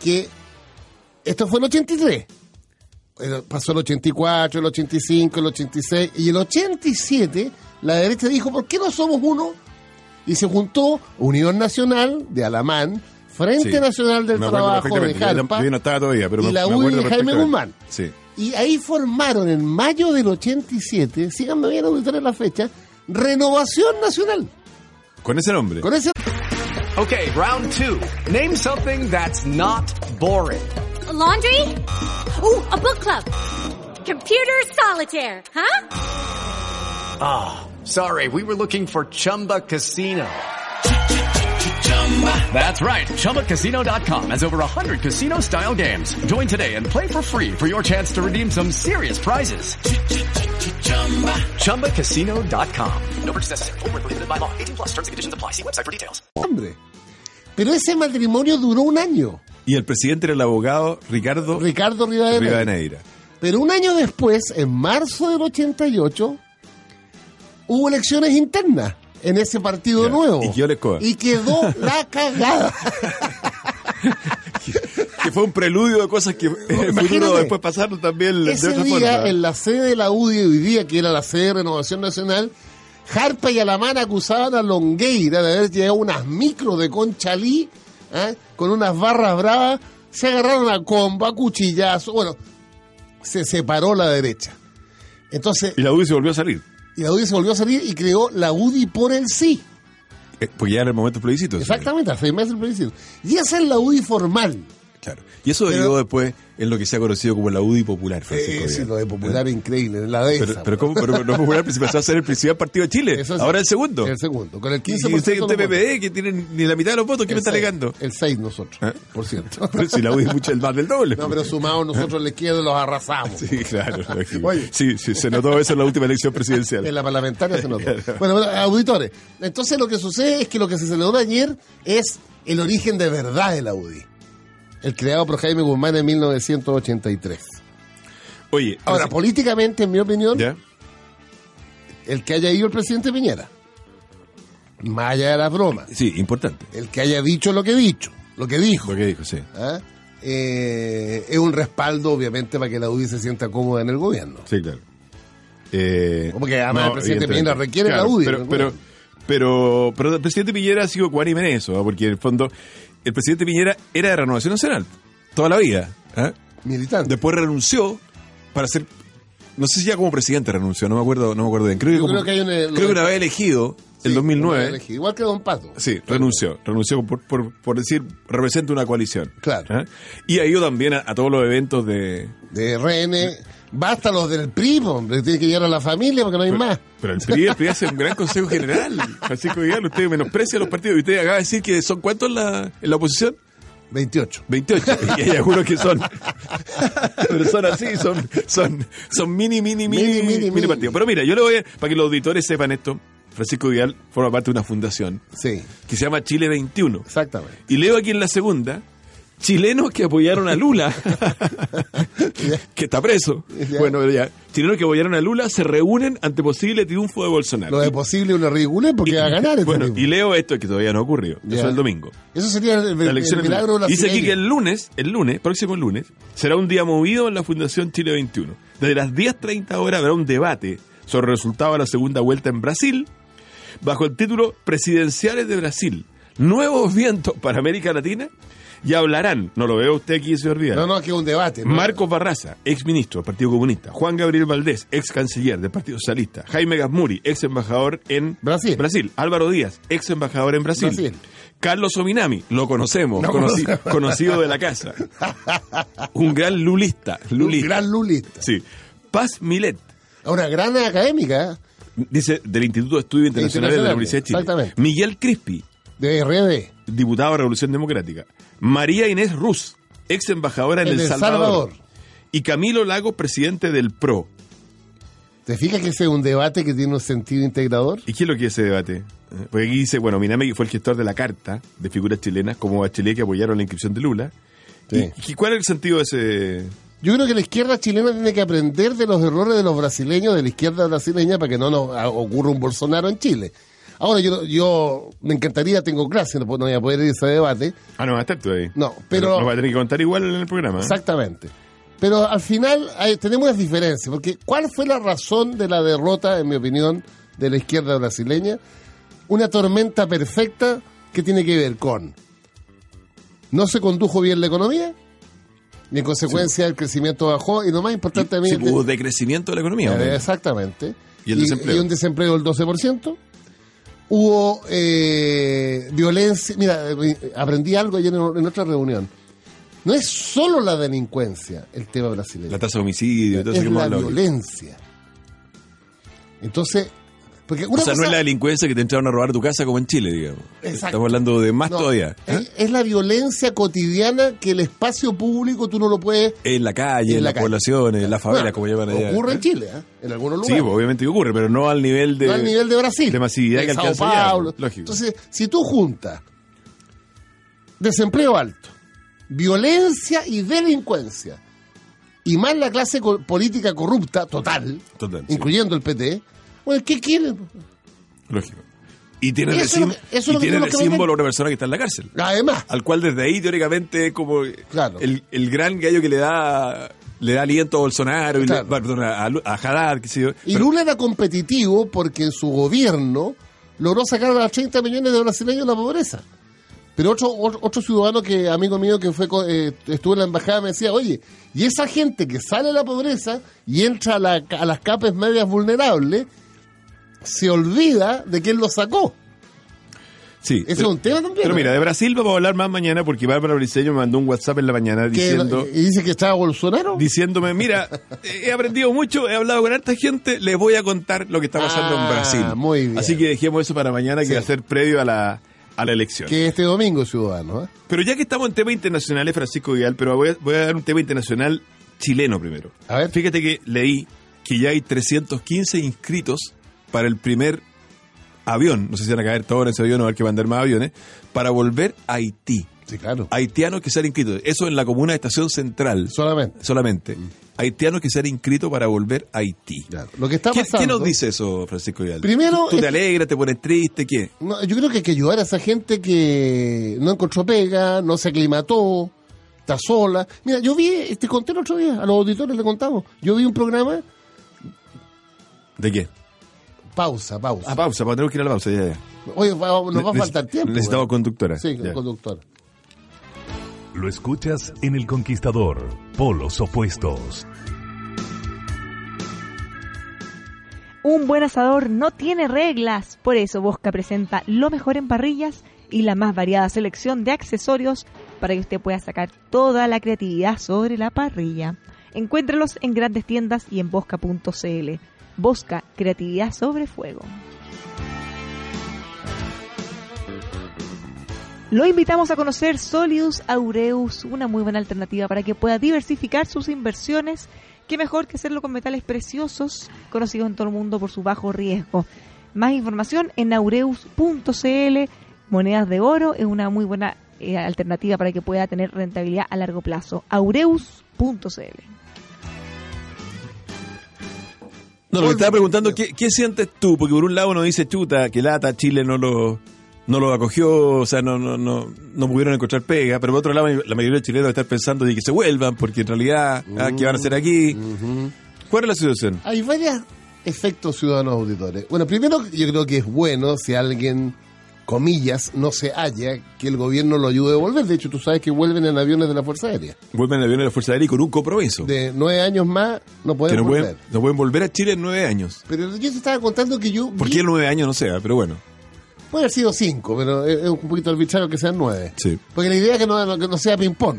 Speaker 1: que esto fue el 83. Pero Pasó el 84, el 85, el 86. Y el 87, la derecha dijo, ¿por qué no somos uno? Y se juntó Unión Nacional de Alamán, Frente
Speaker 2: sí.
Speaker 1: Nacional del
Speaker 2: Me acuerdo
Speaker 1: Trabajo de
Speaker 2: perfectamente. Yo no-
Speaker 1: Jalpa.
Speaker 2: Yo, no estaba todavía, pero
Speaker 1: y
Speaker 2: me,
Speaker 1: la
Speaker 2: me
Speaker 1: UDI
Speaker 2: acuerdo
Speaker 1: de Jaime
Speaker 2: perfectamente.
Speaker 1: Guzmán.
Speaker 2: Sí.
Speaker 1: Y ahí formaron en mayo del 87, síganme bien auditores la fecha, Renovación Nacional.
Speaker 2: Con ese nombre.
Speaker 1: Con ese
Speaker 6: Okay, round two. Name something that's not boring.
Speaker 7: A laundry? Ooh, a book club. Computer solitaire, huh?
Speaker 6: Ah, Sorry, we were looking for Chumba Casino. That's right. ChumbaCasino.com has over 100 casino style games. Join today and play for free for your chance to redeem some serious prizes. ChumbaCasino.com. No purchase necessary. Void where prohibited by law. 18 plus terms and conditions apply. See website for details.
Speaker 1: hombre. Pero ese matrimonio duró un año.
Speaker 2: Y el presidente era el abogado Ricardo
Speaker 1: Ricardo Rivadeneira.
Speaker 2: Rivadeneira.
Speaker 1: Pero un año después, en marzo del 88, hubo elecciones internas en ese partido
Speaker 2: Ya,
Speaker 1: nuevo.
Speaker 2: y quedó la escoba.
Speaker 1: Y quedó la cagada.
Speaker 2: Que fue un preludio de cosas que en el futuro
Speaker 1: imagínate.
Speaker 2: después pasaron también de
Speaker 1: Ese
Speaker 2: otra
Speaker 1: día,
Speaker 2: forma.
Speaker 1: en la sede de la UDI hoy día, que era la sede de Renovación Nacional, Harpa y Alamán acusaban a Longueira de haber llegado unas micros de conchalí ¿ah? con unas barras bravas, se agarraron a comba, cuchillazo, bueno, se separó la derecha. Entonces,
Speaker 2: Y la UDI se volvió a salir.
Speaker 1: y la UDI se volvió a salir y creó la UDI por el sí.
Speaker 2: Eh, Porque ya era el momento del plebiscito. eso.
Speaker 1: Exactamente, a seis meses del plebiscito. Y esa es la UDI formal.
Speaker 2: Claro. Y eso derivó después en lo que se ha conocido como la UDI popular, Francisco.
Speaker 1: Eh, sí,
Speaker 2: Vidal.
Speaker 1: lo de popular increíble, la de
Speaker 2: Pero,
Speaker 1: esa,
Speaker 2: pero,
Speaker 1: bueno.
Speaker 2: ¿cómo? pero no popular principal, se va a ser el principal partido de Chile.
Speaker 1: Eso sí.
Speaker 2: Ahora el segundo.
Speaker 1: El segundo, con el 15%
Speaker 2: Y
Speaker 1: de
Speaker 2: usted,
Speaker 1: los
Speaker 2: usted
Speaker 1: votos.
Speaker 2: PPD, que tiene ni la mitad de los votos, ¿qué me
Speaker 1: El
Speaker 2: está
Speaker 1: seis,
Speaker 2: alegando?
Speaker 1: El 6 nosotros,
Speaker 2: ¿Eh?
Speaker 1: por cierto.
Speaker 2: Pero si la UDI es mucho el más del doble. pues.
Speaker 1: No, pero sumados nosotros a la izquierda los arrasamos.
Speaker 2: Sí, claro. lógico.
Speaker 1: Oye.
Speaker 2: Sí, sí, se notó eso en la última elección
Speaker 1: En
Speaker 2: presidencial.
Speaker 1: la parlamentaria se notó. Bueno, bueno, auditores, entonces lo que sucede es que lo que se celebró ayer es el origen de verdad de la UDI. El creado por Jaime Guzmán en 1983.
Speaker 2: Oye,
Speaker 1: Ahora,
Speaker 2: Francisco,
Speaker 1: políticamente, en mi opinión,
Speaker 2: Ah, ¿ya?
Speaker 1: el que haya ido el presidente Piñera, más allá de las bromas,
Speaker 2: Sí, importante.
Speaker 1: el que haya dicho lo que dicho, lo que dijo,
Speaker 2: Lo que dijo, sí.
Speaker 1: ¿ah? Eh, es un respaldo, obviamente, para que la UDI se sienta cómoda en el gobierno.
Speaker 2: Sí, claro. Eh,
Speaker 1: Como que además el presidente
Speaker 2: evidentemente.
Speaker 1: Piñera requiere la UDI,
Speaker 2: Pero,
Speaker 1: ¿no?
Speaker 2: pero, pero, pero el presidente Piñera ha sido cuánime en eso, ¿ah? porque en el fondo el presidente Piñera era de Renovación Nacional toda la vida. ¿ah?
Speaker 1: Militante.
Speaker 2: Después renunció para ser, no sé si ya como presidente renunció, no me acuerdo, no me acuerdo bien. Creo que,
Speaker 1: Yo
Speaker 2: como-
Speaker 1: creo que hay un-
Speaker 2: creo que una vez elegido, el
Speaker 1: Sí,
Speaker 2: 2009,
Speaker 1: elegí. Igual que Don Pato.
Speaker 2: Sí, renunció. Renunció por, por, por decir, representa una coalición.
Speaker 1: Claro.
Speaker 2: ¿Ah? Y ha ido también a, a todos los eventos de...
Speaker 1: De RN. Basta los del primo, hombre. Tiene que llegar a la familia porque no hay más.
Speaker 2: Pero el PRI, el PRI hace un gran consejo general. Francisco Vidal, usted menosprecia los partidos. Y usted acaba de decir que son cuántos en la, en la oposición?
Speaker 1: 28.
Speaker 2: 28. Y hay algunos que son... Pero son así, son, son, son mini, mini, mini,
Speaker 1: Mini,
Speaker 2: mini,
Speaker 1: mini, mini.
Speaker 2: partidos. Pero mira, yo le voy a... Para que los auditores sepan esto, Francisco Vidal forma parte de una fundación
Speaker 1: Sí,
Speaker 2: que se llama Chile 21.
Speaker 1: exactamente.
Speaker 2: Y leo aquí en la segunda, chilenos que apoyaron a Lula, que está preso.
Speaker 1: Ya.
Speaker 2: Bueno, pero ya, chilenos que apoyaron a Lula se reúnen ante posible triunfo de Bolsonaro.
Speaker 1: Lo de posible una ridiculez porque va a ganar este
Speaker 2: bueno,
Speaker 1: tipo.
Speaker 2: y leo esto que todavía no ha ocurrido.
Speaker 1: Ya.
Speaker 2: Eso es el domingo.
Speaker 1: Eso sería el, el-
Speaker 2: La elección
Speaker 1: el
Speaker 2: es el
Speaker 1: milagro
Speaker 2: domingo. Dice aquí que
Speaker 1: brasileño.
Speaker 2: el lunes, el lunes, próximo lunes, será un día movido en la Fundación Chile 21. Desde las 10.30 horas habrá un debate sobre el resultado de la segunda vuelta en Brasil, bajo el título Presidenciales de Brasil, nuevos vientos para América Latina, y hablarán, no lo veo usted aquí, señor Vidal,
Speaker 1: No, no, que es un debate. ¿no?
Speaker 2: Marcos Barraza, ex ministro del Partido Comunista, Juan Gabriel Valdés, ex canciller del Partido Socialista, Jaime Gasmuri, ex embajador en
Speaker 1: Brasil.
Speaker 2: Álvaro Díaz, ex embajador en Brasil,
Speaker 1: Brasil.
Speaker 2: Carlos Ominami, lo conocemos,
Speaker 1: No
Speaker 2: conocí-
Speaker 1: conocemos.
Speaker 2: conocido de la casa, un gran lulista,
Speaker 1: Un
Speaker 2: lulista,
Speaker 1: gran lulista.
Speaker 2: sí. Paz Milet,
Speaker 1: Una gran académica
Speaker 2: dice del Instituto de Estudios Internacionales de la Universidad de Chile,
Speaker 1: Exactamente.
Speaker 2: Miguel Crispi,
Speaker 1: de RD.
Speaker 2: diputado de Revolución Democrática, María Inés Ruz, ex embajadora en
Speaker 1: En
Speaker 2: El,
Speaker 1: El
Speaker 2: Salvador.
Speaker 1: Salvador.
Speaker 2: y Camilo Lago, presidente del PRO.
Speaker 1: ¿Te fijas que ese es un debate que tiene un sentido integrador?
Speaker 2: ¿Y qué es lo que es ese debate? Porque aquí dice, bueno, Minami fue el gestor de la carta de figuras chilenas como Bachelet que apoyaron la inscripción de Lula.
Speaker 1: Sí.
Speaker 2: ¿Y, y cuál es el sentido de ese...?
Speaker 1: Yo creo que la izquierda chilena tiene que aprender de los errores de los brasileños, de la izquierda brasileña, para que no nos ah, ocurra un Bolsonaro en Chile. Ahora, yo, yo me encantaría, tengo clase, no, puedo- no voy a poder ir a ese debate,
Speaker 2: Ah, no va a estar tú ahí.
Speaker 1: No, pero-
Speaker 2: Nos va a tener que contar igual en el programa. ¿eh?
Speaker 1: exactamente. Pero al final hay- tenemos las diferencias, porque ¿cuál fue la razón de la derrota, en mi opinión, de la izquierda brasileña? Una tormenta perfecta que tiene que ver con no se condujo bien la economía y en consecuencia el crecimiento bajó y lo más importante a mí
Speaker 2: Sí,
Speaker 1: es de-
Speaker 2: hubo decrecimiento de la economía.
Speaker 1: Eh,
Speaker 2: hombre.
Speaker 1: Exactamente.
Speaker 2: Y el desempleo.
Speaker 1: un desempleo del 12%. Hubo eh, violencia. Mira, eh, aprendí algo ayer en, en otra reunión. No es solo la delincuencia el tema brasileño.
Speaker 2: La tasa de homicidio, y todo eso
Speaker 1: es
Speaker 2: que hemos
Speaker 1: la
Speaker 2: hablado.
Speaker 1: violencia. Entonces, porque
Speaker 2: O
Speaker 1: una
Speaker 2: sea, no
Speaker 1: cosa-
Speaker 2: es la delincuencia que te entraron a robar tu casa como en Chile, digamos.
Speaker 1: Exacto.
Speaker 2: Estamos hablando de más
Speaker 1: no,
Speaker 2: todavía. ¿eh?
Speaker 1: Es, es la violencia cotidiana que el espacio público tú no lo puedes.
Speaker 2: En la calle,
Speaker 1: En
Speaker 2: en,
Speaker 1: la
Speaker 2: las
Speaker 1: calle.
Speaker 2: poblaciones, en las favelas,
Speaker 1: Bueno,
Speaker 2: como llaman allá.
Speaker 1: Ocurre
Speaker 2: ¿eh?
Speaker 1: en Chile, ¿eh? en algunos
Speaker 2: Sí,
Speaker 1: lugares.
Speaker 2: pues, obviamente que ocurre, pero no al nivel de.
Speaker 1: no al nivel de Brasil.
Speaker 2: de masividad
Speaker 1: de
Speaker 2: que
Speaker 1: Sao
Speaker 2: alcanza allá,
Speaker 1: Paulo.
Speaker 2: lógico.
Speaker 1: Entonces, si tú juntas desempleo alto, violencia y delincuencia, y más la clase co- política corrupta total,
Speaker 2: Total, sí.
Speaker 1: incluyendo el PT, bueno, ¿qué quieren?
Speaker 2: Lógico. Y tiene
Speaker 1: Eso
Speaker 2: de,
Speaker 1: es lo
Speaker 2: sim-
Speaker 1: que- eso es lo
Speaker 2: y
Speaker 1: que
Speaker 2: tiene
Speaker 1: tenemos
Speaker 2: de
Speaker 1: que
Speaker 2: símbolo
Speaker 1: vender.
Speaker 2: una persona que está en la cárcel.
Speaker 1: Además,
Speaker 2: Al cual desde ahí, teóricamente, es como
Speaker 1: Claro.
Speaker 2: el, el gran gallo que le da le da aliento a Bolsonaro, y le-
Speaker 1: Claro.
Speaker 2: perdón, a, a Haddad, qué sé yo.
Speaker 1: y
Speaker 2: Pero-
Speaker 1: Lula era competitivo porque en su gobierno logró sacar a las 30 millones de brasileños de la pobreza. Pero otro, otro, otro ciudadano que, amigo mío, que fue co- eh, estuvo en la embajada, me decía, oye, y esa gente que sale de la pobreza y entra a, la- a las capes medias vulnerables, se olvida de quién lo sacó.
Speaker 2: Sí.
Speaker 1: Ese
Speaker 2: pero-
Speaker 1: es un tema también.
Speaker 2: Pero
Speaker 1: ¿no?
Speaker 2: mira, de Brasil vamos a hablar más mañana porque Bárbara Briceño me mandó un WhatsApp en la mañana
Speaker 1: Que-
Speaker 2: eh,
Speaker 1: eh,
Speaker 2: diciendo,
Speaker 1: y dice que estaba Bolsonaro.
Speaker 2: diciéndome, mira, he aprendido mucho, he hablado con harta gente, les voy a contar lo que está pasando
Speaker 1: Ah,
Speaker 2: en Brasil.
Speaker 1: muy bien.
Speaker 2: Así que dejemos eso para mañana que
Speaker 1: Sí.
Speaker 2: va a ser previo a la, a la elección.
Speaker 1: que este domingo, ciudadano. ¿eh?
Speaker 2: Pero ya que estamos en temas internacionales, Francisco Vidal, pero voy a, voy a dar un tema internacional chileno primero.
Speaker 1: A ver.
Speaker 2: Fíjate que leí que ya hay 315 inscritos para el primer avión, no sé si van a caer todos en ese avión o va a haber que mandar más aviones, para volver a Haití.
Speaker 1: Sí, claro.
Speaker 2: haitianos que se han inscrito. Eso en la comuna de Estación Central
Speaker 1: Solamente.
Speaker 2: solamente. Haitianos que se han inscrito para volver a Haití.
Speaker 1: Claro. Lo que está
Speaker 2: ¿Qué,
Speaker 1: pasando...
Speaker 2: qué nos dice eso, Francisco Vidal?
Speaker 1: Primero,
Speaker 2: ¿Tú, tú
Speaker 1: es-
Speaker 2: te alegras, te pones triste? ¿Qué?
Speaker 1: No, yo creo que hay que ayudar a esa gente que no encontró pega, no se aclimató, está sola. Mira, yo vi, te conté el otro día, a los auditores le contamos, yo vi un programa,
Speaker 2: ¿De qué?
Speaker 1: pausa, pausa.
Speaker 2: A pausa, pa- tenemos que ir a la pausa. Ya, ya.
Speaker 1: Oye, va- nos va a
Speaker 2: Ah, Nece-
Speaker 1: faltar tiempo.
Speaker 2: Necesitamos
Speaker 1: güey.
Speaker 2: conductora.
Speaker 1: Sí,
Speaker 2: Ya.
Speaker 1: conductor.
Speaker 4: Lo escuchas en El Conquistador, polos opuestos.
Speaker 5: Un buen asador no tiene reglas, por eso Bosca presenta lo mejor en parrillas y la más variada selección de accesorios para que usted pueda sacar toda la creatividad sobre la parrilla. Encuéntrelos en grandes tiendas y en bosca.cl. Bosca, creatividad sobre fuego. Lo invitamos a conocer Solidus Aureus, una muy buena alternativa para que pueda diversificar sus inversiones. Qué mejor que hacerlo con metales preciosos, conocidos en todo el mundo por su bajo riesgo. Más información en aureus.cl. Monedas de oro es una muy buena eh, alternativa para que pueda tener rentabilidad a largo plazo. aureus.cl.
Speaker 2: No, lo que estaba preguntando, ¿qué, qué sientes tú? Porque por un lado uno dice, chuta, que lata, Chile no lo, no lo acogió, o sea, no, no, no, no pudieron encontrar pega, pero por otro lado la mayoría de chilenos están pensando de que se vuelvan, porque en realidad, ah, ¿qué van a hacer aquí? ¿Cuál es la situación?
Speaker 1: Hay varios efectos ciudadanos auditores. Bueno, primero yo creo que es bueno si alguien, comillas, no se halla, que el gobierno lo ayude a volver. De hecho, tú sabes que vuelven en aviones de la Fuerza Aérea.
Speaker 2: Vuelven al avión de la Fuerza Aérea y con un compromiso.
Speaker 1: De nueve años más no pueden
Speaker 2: que no
Speaker 1: volver.
Speaker 2: pueden, no pueden volver a Chile en nueve años.
Speaker 1: Pero yo te estaba contando que yo...
Speaker 2: ¿Por
Speaker 1: vi-
Speaker 2: qué en nueve años no sea? Pero bueno,
Speaker 1: Puede haber sido cinco, pero es es un poquito arbitrario que sean nueve.
Speaker 2: sí.
Speaker 1: Porque la idea es que no, que no sea ping-pong.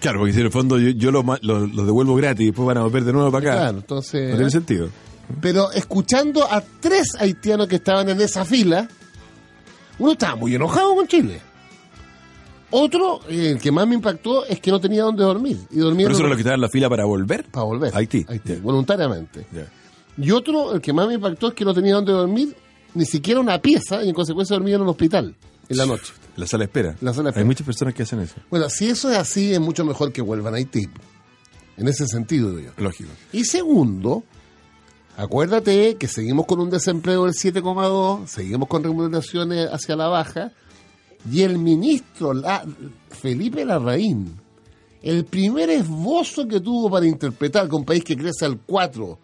Speaker 2: Claro, porque si en el fondo yo, yo los lo, lo devuelvo gratis y después van a volver de nuevo para acá.
Speaker 1: Claro, eh.
Speaker 2: No tiene
Speaker 1: entonces.
Speaker 2: sentido.
Speaker 1: Pero escuchando a tres haitianos que estaban en esa fila, uno estaba muy enojado con Chile. Otro, eh, el que más me impactó, es que no tenía dónde dormir. Y dormía
Speaker 2: Pero
Speaker 1: en
Speaker 2: eso
Speaker 1: un-
Speaker 2: es lo que está en la fila para volver.
Speaker 1: para volver.
Speaker 2: A Haití. Ya,
Speaker 1: voluntariamente.
Speaker 2: ya.
Speaker 1: Y otro, el que más me impactó, es que no tenía dónde dormir, ni siquiera una pieza, y en consecuencia dormía en un hospital en la noche.
Speaker 2: La sala de espera.
Speaker 1: La sala de espera.
Speaker 2: Hay muchas personas que hacen eso.
Speaker 1: Bueno, si eso es así, es mucho mejor que vuelvan a Haití. En ese sentido, digo yo.
Speaker 2: Lógico.
Speaker 1: Y segundo, acuérdate que seguimos con un desempleo del 7,2, seguimos con remuneraciones hacia la baja, y el ministro La- Felipe Larraín, el primer esbozo que tuvo para interpretar que un país que crece al 4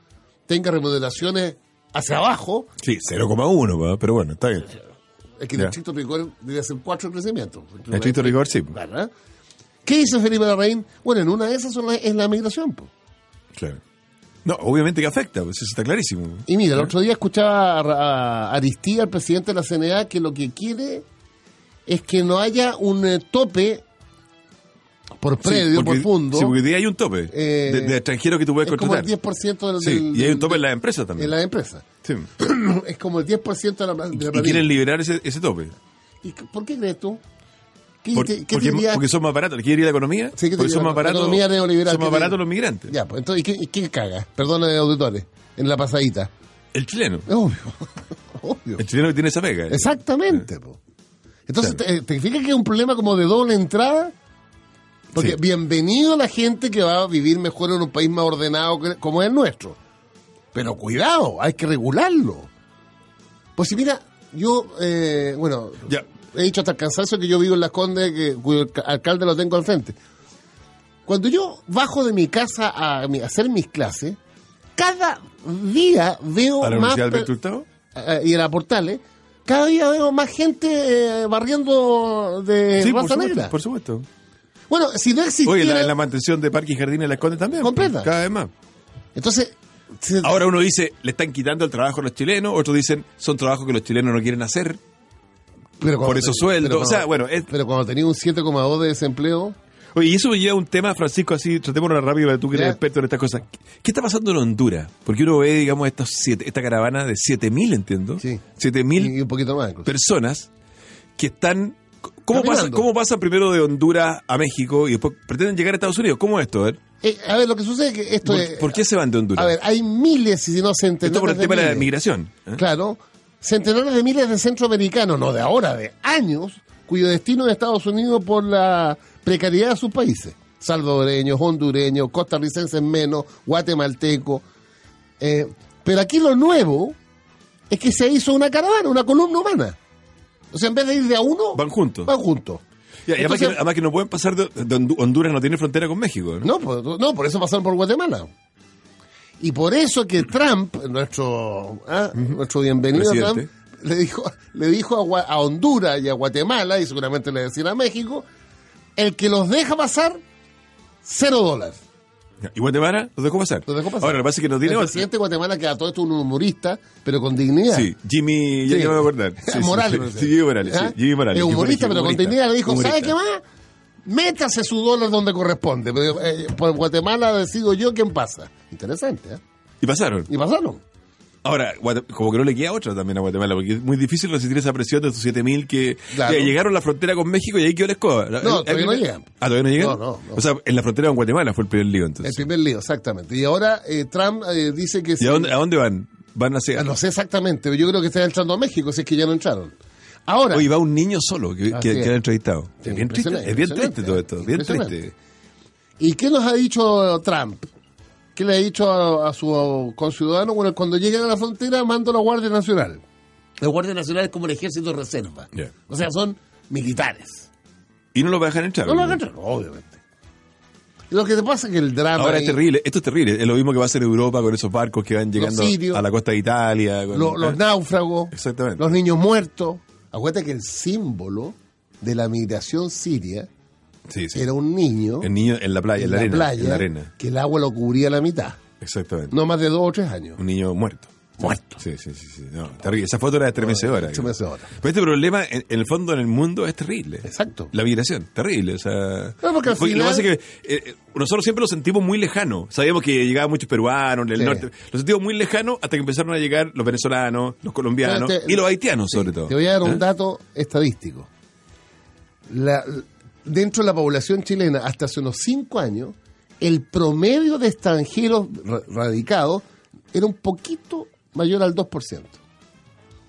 Speaker 1: tenga remuneraciones hacia abajo,
Speaker 2: Sí, 0,1, pa, pero bueno, está bien.
Speaker 1: es que
Speaker 2: Ya.
Speaker 1: el estricto rigor debe ser 4 de crecimiento.
Speaker 2: En estricto rigor, sí.
Speaker 1: ¿Verdad? ¿Qué hizo Felipe Larraín? Bueno, en una de esas son la- es la migración. po.
Speaker 2: Claro. No, obviamente que afecta, pues eso está clarísimo.
Speaker 1: Y mira, el otro día escuchaba a, a Aristía, el presidente de la CNA, que lo que quiere es que no haya un eh, tope por
Speaker 2: Sí,
Speaker 1: predio,
Speaker 2: porque-
Speaker 1: por fondo.
Speaker 2: Sí, porque hoy día hay un tope
Speaker 1: Eh,
Speaker 2: de, de extranjeros que tú puedes
Speaker 1: es como
Speaker 2: contratar.
Speaker 1: el 10% del,
Speaker 2: Sí,
Speaker 1: del-
Speaker 2: y hay un
Speaker 1: del-
Speaker 2: tope en las empresas también.
Speaker 1: en las empresas.
Speaker 2: Sí.
Speaker 1: es como el 10% de la, pla- de la
Speaker 2: Y
Speaker 1: planilla.
Speaker 2: quieren liberar ese, ese tope.
Speaker 1: ¿Y c- ¿Por qué crees tú? ¿Qué,
Speaker 2: Por-
Speaker 1: te- qué
Speaker 2: porque,
Speaker 1: te diría-
Speaker 2: porque son más baratos. ¿Le quiere ir a la economía?
Speaker 1: Sí, ¿qué te
Speaker 2: porque
Speaker 1: diría?
Speaker 2: son más
Speaker 1: La
Speaker 2: baratos.
Speaker 1: economía neoliberal
Speaker 2: Son más
Speaker 1: que te-
Speaker 2: baratos los migrantes.
Speaker 1: Ya, pues entonces, ¿y qué- y quién caga? Perdona, auditores, en la pasadita.
Speaker 2: El chileno.
Speaker 1: Obvio, obvio.
Speaker 2: El chileno que tiene esa pega.
Speaker 1: Exactamente. po. Entonces, ¿te, te fijas que es un problema como de doble entrada? Porque
Speaker 2: Sí.
Speaker 1: bienvenido a la gente que va a vivir mejor en un país más ordenado que- como es el nuestro. Pero cuidado, hay que regularlo. Pues si mira, yo, eh, bueno,
Speaker 2: Ya.
Speaker 1: he dicho hasta el cansancio que yo vivo en Las Condes, que, cuyo alca- alcalde lo tengo al frente. Cuando yo bajo de mi casa a, mi- a hacer mis clases, cada día veo
Speaker 2: ¿A la
Speaker 1: más...
Speaker 2: Universidad
Speaker 1: per-
Speaker 2: Alberto Hurtado?
Speaker 1: eh, y era Portales, cada día veo más gente eh, barriendo de
Speaker 2: Sí, por
Speaker 1: raza
Speaker 2: supuesto,
Speaker 1: Eh, negra.
Speaker 2: por supuesto.
Speaker 1: Bueno, si no
Speaker 2: Oye,
Speaker 1: existiera...
Speaker 2: la, la mantención de parques y jardines la esconde también.
Speaker 1: Completa.
Speaker 2: pues, Cada vez más.
Speaker 1: Entonces, se-
Speaker 2: Ahora uno dice, le están quitando el trabajo a los chilenos. Otros dicen, son trabajos que los chilenos no quieren hacer.
Speaker 1: pero cuando
Speaker 2: por esos
Speaker 1: tenés-
Speaker 2: sueldos,
Speaker 1: pero
Speaker 2: o sea, bueno, es-
Speaker 1: Pero cuando tenía un 7,2 de desempleo,
Speaker 2: Oye, y eso me lleva a un tema, Francisco, así, tratémoslo rápido, tú que eres
Speaker 1: Ya.
Speaker 2: experto en estas cosas. ¿Qué, qué está pasando en Honduras? Porque uno ve, digamos, estas siete- esta caravana de 7.000, entiendo.
Speaker 1: Sí.
Speaker 2: 7.000
Speaker 1: y, y un poquito más incluso.
Speaker 2: personas que están... ¿Cómo pasa,
Speaker 1: Caminando.
Speaker 2: ¿Cómo pasa primero de Honduras a México y después pretenden llegar a Estados Unidos? ¿Cómo es esto? A ver,
Speaker 1: Eh, a ver, lo que sucede es que esto
Speaker 2: ¿por,
Speaker 1: es...
Speaker 2: por qué se van de Honduras?
Speaker 1: A ver, hay miles, si no centenares
Speaker 2: esto por el
Speaker 1: de
Speaker 2: tema de la
Speaker 1: miles.
Speaker 2: migración. ¿eh?
Speaker 1: Claro, centenares de miles de centroamericanos, no de ahora, de años, cuyo destino es Estados Unidos por la precariedad de sus países. Salvadoreños, hondureños, costarricenses menos, guatemaltecos. Eh, pero aquí lo nuevo es que se hizo una caravana, una columna humana. O sea, en vez de ir de a uno,
Speaker 2: Van juntos.
Speaker 1: Van juntos.
Speaker 2: Y además,
Speaker 1: Entonces-
Speaker 2: que, además que no pueden pasar de, de Hondu- Honduras, no tiene frontera con México.
Speaker 1: No,
Speaker 2: ¿no?
Speaker 1: por, no, por eso pasaron por Guatemala. Y por eso que Trump, nuestro, ah, nuestro bienvenido
Speaker 2: Presidente.
Speaker 1: Trump, le dijo, le dijo a, Gua- a Honduras y a Guatemala, y seguramente le decían a México, el que los deja pasar, cero dólares.
Speaker 2: ¿Y Guatemala? ¿Los dejó pasar?
Speaker 1: Los dejó pasar.
Speaker 2: Ahora, lo que pasa es que no tiene...
Speaker 1: El
Speaker 2: otra.
Speaker 1: presidente de Guatemala, que a todo esto es un humorista, pero con dignidad.
Speaker 2: Sí, Jimmy, ya
Speaker 1: Sí.
Speaker 2: ya me voy a acordar. Sí, sí,
Speaker 1: Morales.
Speaker 2: sí,
Speaker 1: parece.
Speaker 2: sí, Jimmy Morales. sí,
Speaker 1: ¿Ah?
Speaker 2: Jimmy Morales.
Speaker 1: Es
Speaker 2: Jimmy
Speaker 1: humorista, pero
Speaker 2: Morales,
Speaker 1: con
Speaker 2: humorista.
Speaker 1: dignidad le dijo,
Speaker 2: Humorista.
Speaker 1: ¿sabe qué más? Métase su dólar donde corresponde. Pero, eh, por Guatemala decido yo quién pasa. Interesante, ¿eh?
Speaker 2: Y pasaron.
Speaker 1: Y pasaron.
Speaker 2: Ahora, Guate- como que no le queda otra también a Guatemala, porque es muy difícil resistir esa presión de esos 7000 que
Speaker 1: Claro.
Speaker 2: que llegaron a la frontera con México y ahí quedó la escoba. La-
Speaker 1: No,
Speaker 2: ahí-
Speaker 1: todavía no
Speaker 2: ahí-
Speaker 1: llegan.
Speaker 2: Ah, todavía no llegan.
Speaker 1: No, no, no.
Speaker 2: O sea, en la frontera con Guatemala fue el primer lío
Speaker 1: El
Speaker 2: entonces.
Speaker 1: primer lío, exactamente. Y ahora eh, Trump eh, dice que...
Speaker 2: Pues ¿Y
Speaker 1: sí.
Speaker 2: a dónde, a dónde van? Van hacia.
Speaker 1: Ah, No sé exactamente, pero yo creo que están entrando a México, si es que ya no entraron. Ahora...
Speaker 2: Hoy va un niño solo que,
Speaker 1: Así
Speaker 2: que, que
Speaker 1: es.
Speaker 2: era entrevistado.
Speaker 1: Sí,
Speaker 2: es bien triste,
Speaker 1: impresionante,
Speaker 2: es bien
Speaker 1: impresionante,
Speaker 2: triste todo esto. Bien
Speaker 1: impresionante.
Speaker 2: triste.
Speaker 1: ¿Y qué nos ha dicho Trump? ¿Qué le ha dicho a, a su conciudadano? Bueno, cuando lleguen a la frontera, mando a la Guardia Nacional. La Guardia Nacional es como el ejército de reserva.
Speaker 2: Ya.
Speaker 1: O sea, son militares.
Speaker 2: Y no lo dejan entrar.
Speaker 1: No lo encuentran, obviamente. Lo que te pasa es que el drama.
Speaker 2: Ahora este es
Speaker 1: ahí-
Speaker 2: terrible, esto es terrible. Es lo mismo que va a hacer Europa con esos barcos que van llegando
Speaker 1: sirios.
Speaker 2: a la costa de Italia. con- ah,
Speaker 1: lo- los náufragos,
Speaker 2: Eh, Exactamente.
Speaker 1: los niños muertos. Acuérdate que el símbolo de la migración siria
Speaker 2: Sí, sí.
Speaker 1: era un niño
Speaker 2: El niño en la playa,
Speaker 1: en
Speaker 2: en, la,
Speaker 1: la
Speaker 2: arena,
Speaker 1: playa
Speaker 2: en la arena.
Speaker 1: que el agua lo cubría la mitad,
Speaker 2: Exactamente.
Speaker 1: no más de dos o tres años.
Speaker 2: Un niño muerto.
Speaker 1: Muerto.
Speaker 2: Sí, sí, sí. sí. No, terrible. Esa foto era estremecedora.
Speaker 1: Estremecedora.
Speaker 2: Pero este problema, en, en el fondo, en el mundo, es terrible.
Speaker 1: Exacto.
Speaker 2: La migración, terrible. O sea,
Speaker 1: No, porque al
Speaker 2: Lo que
Speaker 1: final-
Speaker 2: pasa es que eh, eh, nosotros siempre lo sentimos muy lejano. Sabíamos que llegaban muchos peruanos del
Speaker 1: Sí.
Speaker 2: norte. Lo sentimos muy lejano hasta que empezaron a llegar los venezolanos, los colombianos
Speaker 1: Pero te-
Speaker 2: y los haitianos, sobre todo.
Speaker 1: Te voy a dar
Speaker 2: ¿Eh?
Speaker 1: un dato estadístico. La- dentro de la población chilena, hasta hace unos cinco años, el promedio de extranjeros ra- radicados era un poquito mayor al 2%.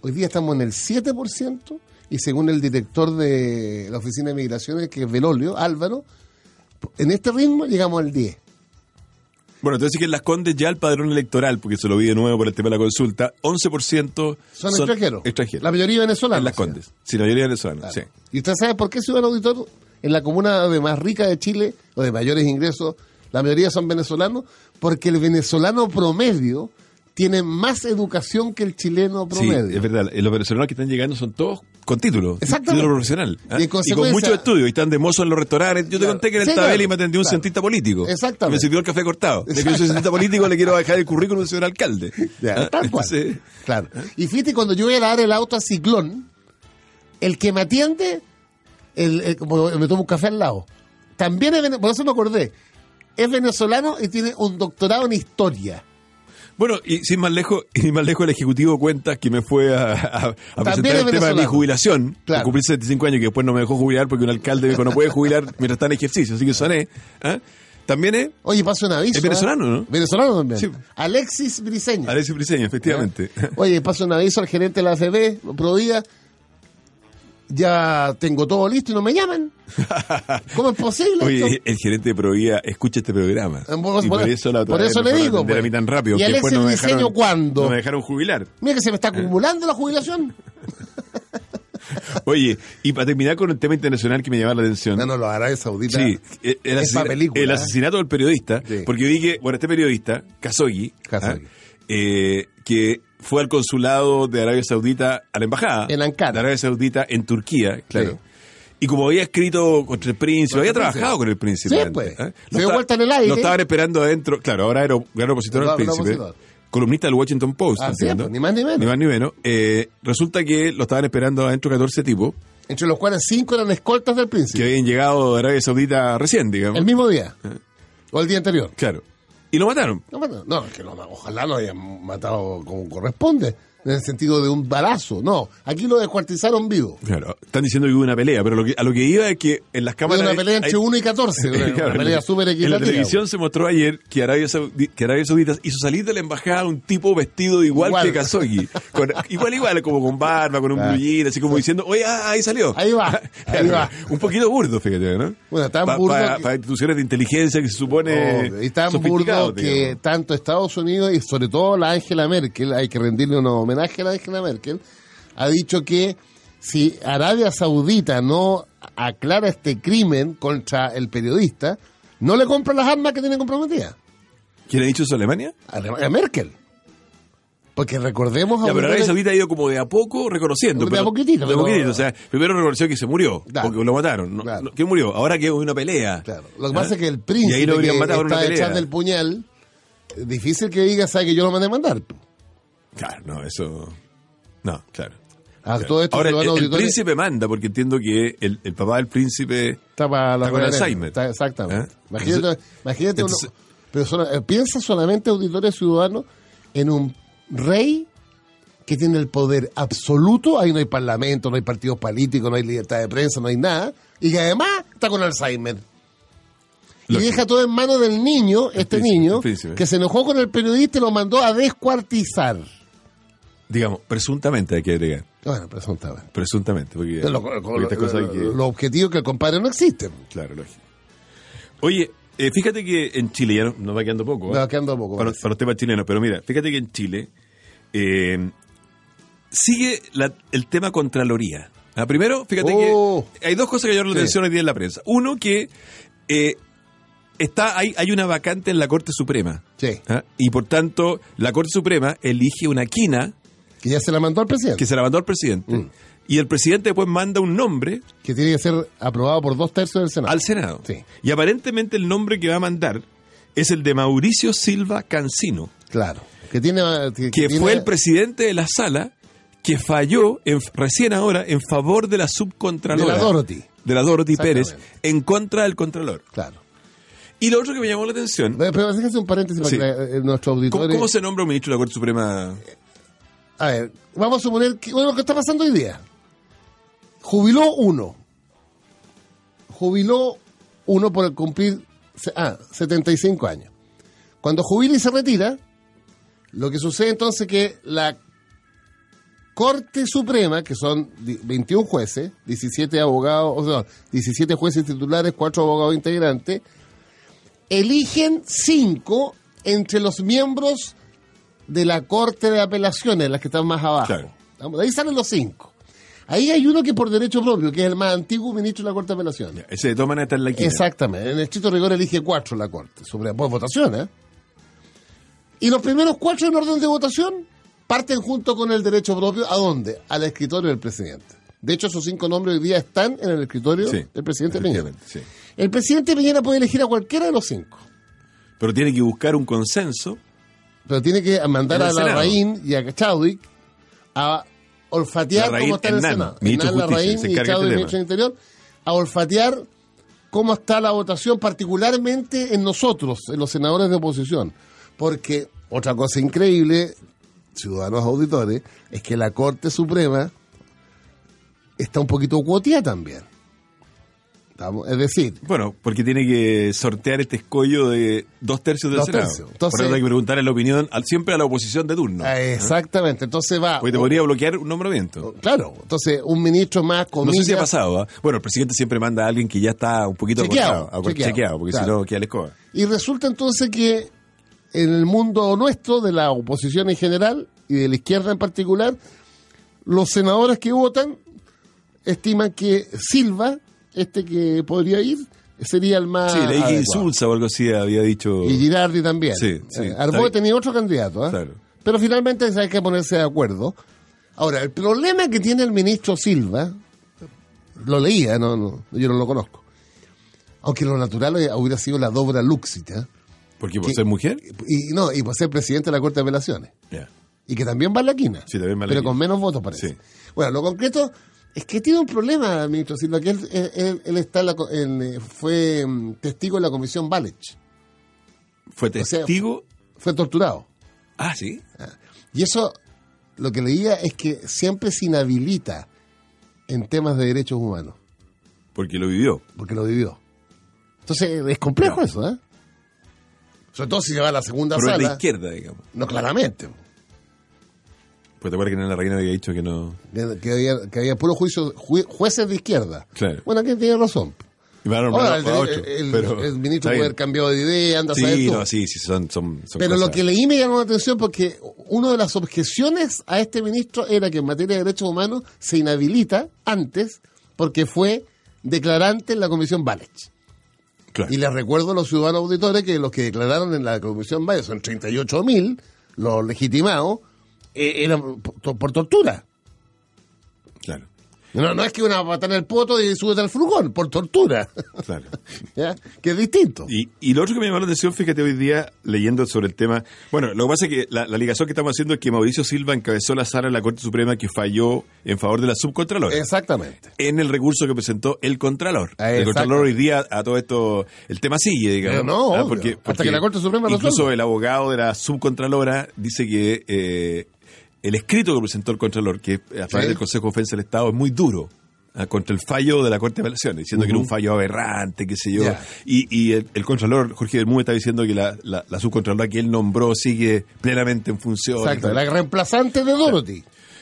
Speaker 1: Hoy día estamos en el 7% y según el director de la Oficina de Migraciones, que es Velolio, Álvaro, en este ritmo llegamos al 10%.
Speaker 2: Bueno, entonces sí que en Las Condes ya el padrón electoral, porque se lo vi de nuevo por el tema de la consulta, 11%
Speaker 1: Son, extranjeros.
Speaker 2: extranjeros.
Speaker 1: La mayoría venezolanos.
Speaker 2: en Las
Speaker 1: o sea.
Speaker 2: Condes. Sí, la mayoría venezolanos,
Speaker 1: Claro.
Speaker 2: sí.
Speaker 1: ¿Y usted sabe por qué Ciudad Auditor, en la comuna de más rica de Chile, o de mayores ingresos, la mayoría son venezolanos? Porque el venezolano promedio tiene más educación que el chileno
Speaker 2: Sí,
Speaker 1: promedio.
Speaker 2: es verdad. Eh, Los venezolanos que están llegando son todos con título, tí-
Speaker 1: Exactamente.
Speaker 2: título profesional. ¿ah?
Speaker 1: Y en
Speaker 2: Y con
Speaker 1: consecuencia-
Speaker 2: muchos estudios, y están de mozo en los restaurantes. Yo te
Speaker 1: Claro.
Speaker 2: conté que en el
Speaker 1: Sí,
Speaker 2: Tabeli
Speaker 1: claro,
Speaker 2: me atendió un
Speaker 1: claro.
Speaker 2: cientista político.
Speaker 1: Exactamente.
Speaker 2: Me sirvió el café cortado. De que yo soy cientista político, le quiero bajar el currículum, señor alcalde.
Speaker 1: Ya,
Speaker 2: ¿Ah?
Speaker 1: tal cual.
Speaker 2: Entonces,
Speaker 1: Claro.
Speaker 2: Ah.
Speaker 1: Y fíjate, cuando yo voy a lavar el auto a Ciclón, el que me atiende, el, el- como me tomo un café al lado. También es, vene- por eso me acordé. Es venezolano y tiene un doctorado en historia.
Speaker 2: Bueno, y sin más lejos, y más lejos el Ejecutivo Cuentas que me fue a, a- a presentar
Speaker 1: es
Speaker 2: el tema de mi
Speaker 1: venezolano.
Speaker 2: jubilación,
Speaker 1: Claro.
Speaker 2: por cumplir 75 años, que después no me dejó jubilar porque un alcalde me dijo no puede jubilar mientras está en ejercicio, así que soné. ¿ah? También es
Speaker 1: Oye, pasa un aviso.
Speaker 2: Es venezolano,
Speaker 1: ¿eh?
Speaker 2: ¿no?
Speaker 1: Venezolano también.
Speaker 2: Sí.
Speaker 1: Alexis Briseño.
Speaker 2: Alexis Briseño, efectivamente.
Speaker 1: Oye, pasa un aviso al gerente de la AFB, Prodía. Ya tengo todo listo y no me llaman. ¿Cómo es posible? esto?
Speaker 2: Oye, el gerente de Provía escucha este programa.
Speaker 1: Eh, por-
Speaker 2: y por,
Speaker 1: por-
Speaker 2: eso la otra
Speaker 1: por
Speaker 2: vez
Speaker 1: eso
Speaker 2: me
Speaker 1: le
Speaker 2: fueron
Speaker 1: digo,
Speaker 2: a atender a
Speaker 1: pues.
Speaker 2: mí tan rápido.
Speaker 1: ¿Y
Speaker 2: que después
Speaker 1: Alexis
Speaker 2: no me
Speaker 1: Briseño
Speaker 2: dejaron,
Speaker 1: cuándo?
Speaker 2: No me dejaron jubilar.
Speaker 1: Mira que se me está acumulando la jubilación.
Speaker 2: Oye, y para terminar con el tema internacional que me llama la atención.
Speaker 1: No, no, los Arabes Sauditas.
Speaker 2: Sí, el, el
Speaker 1: es
Speaker 2: asesina-
Speaker 1: pa' película,
Speaker 2: el
Speaker 1: ¿eh?
Speaker 2: asesinato del periodista,
Speaker 1: Sí.
Speaker 2: porque vi que, bueno, este periodista, Khashoggi,
Speaker 1: Khashoggi.
Speaker 2: ¿ah? Eh, que fue al consulado de Arabia Saudita, a la embajada
Speaker 1: En Ankara.
Speaker 2: de Arabia Saudita en Turquía, claro.
Speaker 1: Sí.
Speaker 2: Y como había escrito contra el príncipe, había
Speaker 1: el príncipe.
Speaker 2: trabajado con el príncipe.
Speaker 1: Sí,
Speaker 2: antes,
Speaker 1: pues.
Speaker 2: ¿ah?
Speaker 1: Se dio vuelta en el aire.
Speaker 2: Lo estaban esperando adentro. Claro, ahora era gran opositor
Speaker 1: Gran
Speaker 2: al príncipe.
Speaker 1: opositor.
Speaker 2: Columnista del Washington Post.
Speaker 1: Así es,
Speaker 2: entiendo.
Speaker 1: pues, ni más ni menos.
Speaker 2: Ni más ni menos. Eh, resulta que lo estaban esperando adentro 14 tipos
Speaker 1: Entre los cuales cinco eran escoltas del
Speaker 2: que Ah.
Speaker 1: príncipe.
Speaker 2: habían llegado de Arabia Saudita recién, digamos.
Speaker 1: El mismo día. O el día anterior.
Speaker 2: Claro. Y lo mataron.
Speaker 1: No, bueno, no, es que lo- ojalá lo hayan matado como corresponde. En el sentido de un balazo. No, aquí lo descuartizaron vivo.
Speaker 2: Claro. Están diciendo que hubo una pelea, pero lo que- a lo que iba es que en las
Speaker 1: Fue
Speaker 2: cámaras.
Speaker 1: una pelea entre
Speaker 2: hay-
Speaker 1: 1 y 14. Una,
Speaker 2: Claro,
Speaker 1: una pelea súper
Speaker 2: En la
Speaker 1: equitativa.
Speaker 2: televisión se mostró ayer que Arabia, Saudi- que Arabia Saudita hizo salir de la embajada un tipo vestido igual,
Speaker 1: Igual.
Speaker 2: que Khashoggi. Con- igual, igual, como con barba, con un
Speaker 1: Ah.
Speaker 2: blue jean, así como diciendo, oye, ah, ahí salió.
Speaker 1: Ahí va, ahí va.
Speaker 2: Un poquito burdo, fíjate, ¿no?
Speaker 1: Bueno, tan
Speaker 2: Pa-
Speaker 1: burdo
Speaker 2: Para
Speaker 1: que-
Speaker 2: para instituciones de inteligencia que se supone.
Speaker 1: Obvio, Eh, y tan
Speaker 2: sofisticados,
Speaker 1: burdo que
Speaker 2: digamos.
Speaker 1: tanto Estados Unidos y sobre todo la Angela Merkel, hay que rendirle un homenaje a la Angela Merkel, ha dicho que si Arabia Saudita no aclara este crimen contra el periodista, no le compra las armas que tiene comprometidas.
Speaker 2: ¿Quién ha dicho eso a Alemania?
Speaker 1: A la- a Merkel. Porque recordemos
Speaker 2: Ya, pero
Speaker 1: auditores,
Speaker 2: Arabia Saudita ha ido como de a poco reconociendo.
Speaker 1: De
Speaker 2: pero-
Speaker 1: a poquitito,
Speaker 2: De a
Speaker 1: pero-
Speaker 2: poquitito. O sea, primero reconoció que se murió,
Speaker 1: Claro.
Speaker 2: porque lo mataron. No,
Speaker 1: Claro.
Speaker 2: no, ¿Quién murió? Ahora que hubo una pelea.
Speaker 1: Claro. Lo que pasa
Speaker 2: ¿Ah?
Speaker 1: es que el príncipe
Speaker 2: Y ahí lo
Speaker 1: que
Speaker 2: habrían matado por una
Speaker 1: está
Speaker 2: pelea.
Speaker 1: echando el puñal, eh, difícil que diga, sabe que yo lo mandé a mandar.
Speaker 2: Claro, no, eso. No, claro.
Speaker 1: A
Speaker 2: Claro.
Speaker 1: Ah, todo esto
Speaker 2: Ahora,
Speaker 1: se lo
Speaker 2: el,
Speaker 1: van a
Speaker 2: el
Speaker 1: auditores-
Speaker 2: príncipe manda, porque entiendo que el, el papá del príncipe.
Speaker 1: Está para la
Speaker 2: Está con
Speaker 1: reverenda.
Speaker 2: Alzheimer.
Speaker 1: Está- exactamente.
Speaker 2: ¿Eh?
Speaker 1: Imagínate,
Speaker 2: Entonces-
Speaker 1: imagínate uno-
Speaker 2: entonces-
Speaker 1: pero solo- eh, piensa solamente, auditores ciudadanos, en un rey que tiene el poder absoluto. Ahí no hay parlamento, no hay partidos políticos, no hay libertad de prensa, no hay nada. Y que además está con Alzheimer. Y
Speaker 2: Lógico.
Speaker 1: deja todo en manos del niño, este
Speaker 2: príncipe,
Speaker 1: niño,
Speaker 2: el príncipe.
Speaker 1: que se enojó con el periodista y lo mandó a descuartizar.
Speaker 2: Digamos, presuntamente hay que agregar.
Speaker 1: Bueno, presuntamente.
Speaker 2: Presuntamente. Porque,
Speaker 1: Lo, lo-
Speaker 2: porque estas cosas hay que.
Speaker 1: lo objetivo es que el compadre no existe.
Speaker 2: Claro, lógico. Oye, eh, fíjate que en Chile, ya no- nos va quedando poco. ¿eh?
Speaker 1: Nos va quedando poco,
Speaker 2: Para,
Speaker 1: parece.
Speaker 2: para los temas chilenos, pero mira, fíjate que en Chile eh, sigue la- el tema Contraloría. Ah, primero, fíjate
Speaker 1: Oh.
Speaker 2: que hay dos cosas que llamaron la
Speaker 1: Sí.
Speaker 2: atención hoy día en la prensa. Uno, que eh, está hay, hay una vacante en la Corte Suprema.
Speaker 1: Sí.
Speaker 2: Ah, Y por tanto, la Corte Suprema elige una quina
Speaker 1: Que ya se la mandó al presidente.
Speaker 2: que se la mandó al presidente.
Speaker 1: Mm.
Speaker 2: Y el presidente después manda un nombre
Speaker 1: que tiene que ser aprobado por dos tercios del Senado.
Speaker 2: al Senado.
Speaker 1: Sí.
Speaker 2: Y aparentemente el nombre que va a mandar es el de Mauricio Silva Cancino,
Speaker 1: Claro. Que tiene que,
Speaker 2: que
Speaker 1: tiene-
Speaker 2: fue el presidente de la sala que falló en- recién ahora en favor de la subcontralora.
Speaker 1: De la Dorothy.
Speaker 2: De la Dorothy Pérez,
Speaker 1: Exactamente.
Speaker 2: en contra del contralor.
Speaker 1: Claro.
Speaker 2: Y lo otro que me llamó la atención,
Speaker 1: Pero, pero déjese un paréntesis para
Speaker 2: Sí.
Speaker 1: que la- eh, nuestros
Speaker 2: ¿cómo,
Speaker 1: auditores.
Speaker 2: cómo se nombra un ministro de la Corte Suprema?
Speaker 1: A ver, vamos a suponer que bueno, lo que está pasando hoy día. Jubiló uno. Jubiló uno por cumplir se- ah, 75 años. Cuando jubila y se retira, lo que sucede entonces es que la Corte Suprema, que son di- 21 jueces, 17 abogados, o sea, 17 jueces titulares, 4 abogados integrantes, eligen 5 entre los miembros de la Corte de Apelaciones, las que están más abajo.
Speaker 2: Claro.
Speaker 1: Estamos- Ahí salen los 5. Ahí hay uno que por derecho propio, que es el más antiguo ministro de la Corte de Apelaciones.
Speaker 2: Ese Eh, de todas maneras está en la quina.
Speaker 1: Exactamente. En el estricto rigor elige cuatro la Corte, sobre por votación, ¿eh? Y los primeros cuatro en orden de votación parten junto con el derecho propio, ¿a dónde? Al escritorio del presidente. De hecho, esos cinco nombres hoy día están en el escritorio
Speaker 2: Sí,
Speaker 1: del presidente Piñera.
Speaker 2: efectivamente, sí.
Speaker 1: El presidente Piñera puede elegir a cualquiera de los cinco,
Speaker 2: Pero tiene que buscar un consenso.
Speaker 1: pero tiene que mandar
Speaker 2: En
Speaker 1: a
Speaker 2: el Senado.
Speaker 1: Larraín y a Chadwick a olfatear
Speaker 2: Larraín,
Speaker 1: cómo está el
Speaker 2: Hernán,
Speaker 1: Senado.
Speaker 2: ministro de Justicia,
Speaker 1: Larraín
Speaker 2: se
Speaker 1: y
Speaker 2: encarga
Speaker 1: Chadwick,
Speaker 2: este
Speaker 1: ministro
Speaker 2: tema.
Speaker 1: del Interior, a olfatear cómo está la votación, particularmente en nosotros, en los senadores de oposición. Porque otra cosa increíble, ciudadanos auditores, es que la Corte Suprema está un poquito cuotía también. Estamos- Es decir,
Speaker 2: Bueno, porque tiene que sortear este escollo de dos tercios del
Speaker 1: Dos
Speaker 2: Senado.
Speaker 1: tercios. Entonces-
Speaker 2: Por eso hay que preguntarle la opinión al- siempre a la oposición de turno.
Speaker 1: ah, exactamente, entonces va...
Speaker 2: Porque te podría bloquear un nombramiento.
Speaker 1: Claro, entonces un ministro más
Speaker 2: No
Speaker 1: comillas,
Speaker 2: sé si ha pasado. ¿ah? Bueno, el presidente siempre manda a alguien que ya está un poquito
Speaker 1: Chequeado,
Speaker 2: acostado, acor-
Speaker 1: chequeado,
Speaker 2: porque
Speaker 1: claro.
Speaker 2: si no queda la escoba.
Speaker 1: Y resulta entonces que en el mundo nuestro, de la oposición en general y de la izquierda en particular, los senadores que votan estiman que Silva, este que podría ir, sería el más.
Speaker 2: Sí, leí que
Speaker 1: Ah, adecuado.
Speaker 2: insulsa o algo así había dicho.
Speaker 1: Y Girardi también.
Speaker 2: Sí, sí,
Speaker 1: Eh,
Speaker 2: está
Speaker 1: Arbó
Speaker 2: bien.
Speaker 1: tenía otro candidato. ¿eh?
Speaker 2: Claro.
Speaker 1: Pero finalmente hay que ponerse de acuerdo. Ahora, el problema que tiene el ministro Silva, lo leía, no, no, yo no lo conozco. Aunque lo natural hubiera sido la dobra ¿eh? luxita.
Speaker 2: Porque por
Speaker 1: que-
Speaker 2: ser mujer.
Speaker 1: Y, y no, y por ser presidente de la Corte de Apelaciones.
Speaker 2: Ya.
Speaker 1: Y que también va a la quina.
Speaker 2: Sí, también va a la
Speaker 1: Pero
Speaker 2: quina.
Speaker 1: con menos votos, parece.
Speaker 2: Sí.
Speaker 1: Bueno, lo concreto es que tiene un problema, ministro Silva, que él, él- él- él está en la co- en, eh, fue mm, testigo de la comisión Balech.
Speaker 2: Fue
Speaker 1: sea,
Speaker 2: testigo.
Speaker 1: Fue torturado.
Speaker 2: ah, sí.
Speaker 1: Y eso, lo que leía es que siempre se inhabilita en temas de derechos humanos,
Speaker 2: Porque lo vivió.
Speaker 1: porque lo vivió. Entonces, es complejo eso, ¿eh? Sobre todo si se va a la segunda
Speaker 2: Pero es
Speaker 1: sala.
Speaker 2: la izquierda, digamos.
Speaker 1: No, claramente.
Speaker 2: Pues te acuerdas que en la reina había dicho que no.
Speaker 1: Que, que había, que había puros juicios, ju- jueces de izquierda.
Speaker 2: Claro.
Speaker 1: Bueno, que tiene razón.
Speaker 2: Y van a nombrar
Speaker 1: Ahora,
Speaker 2: a
Speaker 1: Oh, el,
Speaker 2: otro,
Speaker 1: el-
Speaker 2: pero-
Speaker 1: el ministro
Speaker 2: está
Speaker 1: puede
Speaker 2: bien.
Speaker 1: haber cambiado de idea, anda a saber
Speaker 2: Sí,
Speaker 1: tú.
Speaker 2: no, sí, sí, son. son, son
Speaker 1: Pero lo
Speaker 2: cosas.
Speaker 1: que leí me llamó la atención porque una de las objeciones a este ministro era que en materia de derechos humanos se inhabilita antes porque fue declarante en la comisión Balech.
Speaker 2: Claro.
Speaker 1: Y les recuerdo a los ciudadanos auditores que los que declararon en la comisión Balech son 38.000, los legitimados, eh, eran por, por tortura.
Speaker 2: Claro,
Speaker 1: No, no es que una patada en el poto y súbete al furgón, por tortura.
Speaker 2: claro.
Speaker 1: ¿Ya? Que es distinto.
Speaker 2: Y, y lo otro que me llamó la atención, fíjate, hoy día leyendo sobre el tema. Bueno, lo que pasa es que la, la ligación que estamos haciendo es que Mauricio Silva encabezó la sala de la Corte Suprema que falló en favor de la subcontralora.
Speaker 1: Exactamente.
Speaker 2: En el recurso que presentó el Contralor.
Speaker 1: Ah,
Speaker 2: El
Speaker 1: exacto.
Speaker 2: Contralor hoy día a todo esto. El tema sigue, digamos. Ah,
Speaker 1: Pero no, obvio. Hasta que la Corte Suprema lo
Speaker 2: Incluso
Speaker 1: resuelva.
Speaker 2: el abogado de la subcontralora dice que eh, el escrito que presentó el Contralor, que a través
Speaker 1: Sí.
Speaker 2: del Consejo de Ofensa del Estado, es muy duro ah, contra el fallo de la Corte de Apelaciones, diciendo que era un fallo aberrante, qué sé yo.
Speaker 1: Ya.
Speaker 2: Y, y el, el Contralor, Jorge Bermúdez, está diciendo que la, la, la subcontralora que él nombró sigue plenamente en función.
Speaker 1: Exacto. La reemplazante de Dorothy.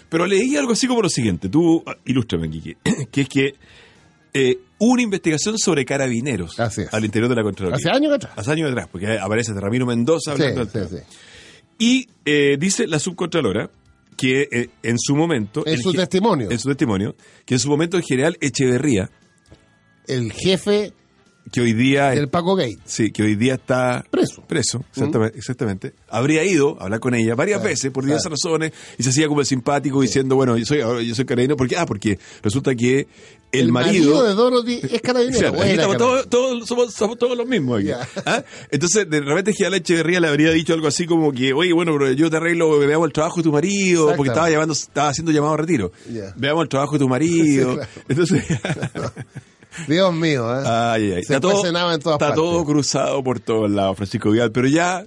Speaker 2: Pero leí algo así como lo siguiente, tú ah, ilústrame, Quique, que es que eh, hubo una investigación sobre carabineros
Speaker 1: Así es.
Speaker 2: al interior de la Contraloría.
Speaker 1: Hace años atrás.
Speaker 2: Hace años atrás, porque aparece hasta Ramiro Mendoza
Speaker 1: Sí,
Speaker 2: Ah, hablando del
Speaker 1: sí,
Speaker 2: tema.
Speaker 1: sí.
Speaker 2: Y eh, dice la subcontralora que eh, en su momento...
Speaker 1: En
Speaker 2: el
Speaker 1: su
Speaker 2: ge-
Speaker 1: testimonio.
Speaker 2: En su testimonio, que en su momento el general Echeverría,
Speaker 1: El jefe
Speaker 2: que hoy día...
Speaker 1: del Paco Gate.
Speaker 2: Sí, que hoy día está
Speaker 1: Preso. Mm.
Speaker 2: Preso, exactamente. exactamente. Habría ido a hablar con ella varias
Speaker 1: Claro,
Speaker 2: veces por
Speaker 1: claro.
Speaker 2: diversas razones y se hacía como el simpático diciendo, bueno, yo soy, ahora yo soy carabinero. porque Ah, porque resulta que el,
Speaker 1: de Dorothy es carabinero.
Speaker 2: Claro,
Speaker 1: o
Speaker 2: aquí
Speaker 1: era
Speaker 2: estamos
Speaker 1: carabinero.
Speaker 2: todos, todos- somos, somos todos los mismos aquí.
Speaker 1: Ya.
Speaker 2: ¿Ah? Entonces, de repente Giala Echeverría le habría dicho algo así como que, oye, bueno, pero yo te arreglo, veamos el trabajo de tu marido,
Speaker 1: Exactamente.
Speaker 2: porque estaba llamando, estaba haciendo llamado a retiro.
Speaker 1: Ya.
Speaker 2: Veamos el trabajo de tu marido.
Speaker 1: Sí, claro.
Speaker 2: Entonces,
Speaker 1: Dios mío, ¿eh?
Speaker 2: Ay, ay, ay.
Speaker 1: Se
Speaker 2: está todo,
Speaker 1: cuecenaba en todas
Speaker 2: está
Speaker 1: partes.
Speaker 2: todo cruzado por todos lados, Francisco Vidal, pero ya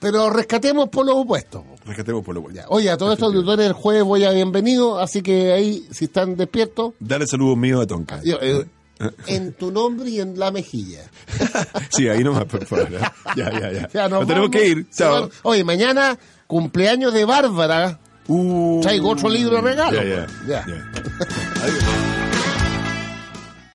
Speaker 1: Pero rescatemos por los opuestos. po.
Speaker 2: rescatemos por lo bueno.
Speaker 1: Ya. Oye, a todos estos auditores el jueves voy a bienvenido, así que ahí, si están despiertos,
Speaker 2: Dale saludos míos a Tonka.
Speaker 1: yo, eh,
Speaker 2: ah,
Speaker 1: en tu nombre y en la mejilla.
Speaker 2: Sí, ahí nomás, por favor. ¿eh? Ya, ya, ya.
Speaker 1: Ya, nos
Speaker 2: Nos
Speaker 1: vamos.
Speaker 2: tenemos que ir. Chao.
Speaker 1: Oye, mañana cumpleaños de Bárbara.
Speaker 2: Uh.
Speaker 1: Traigo otro libro de regalo.
Speaker 2: Ya, ya.
Speaker 1: Ya.
Speaker 2: ya.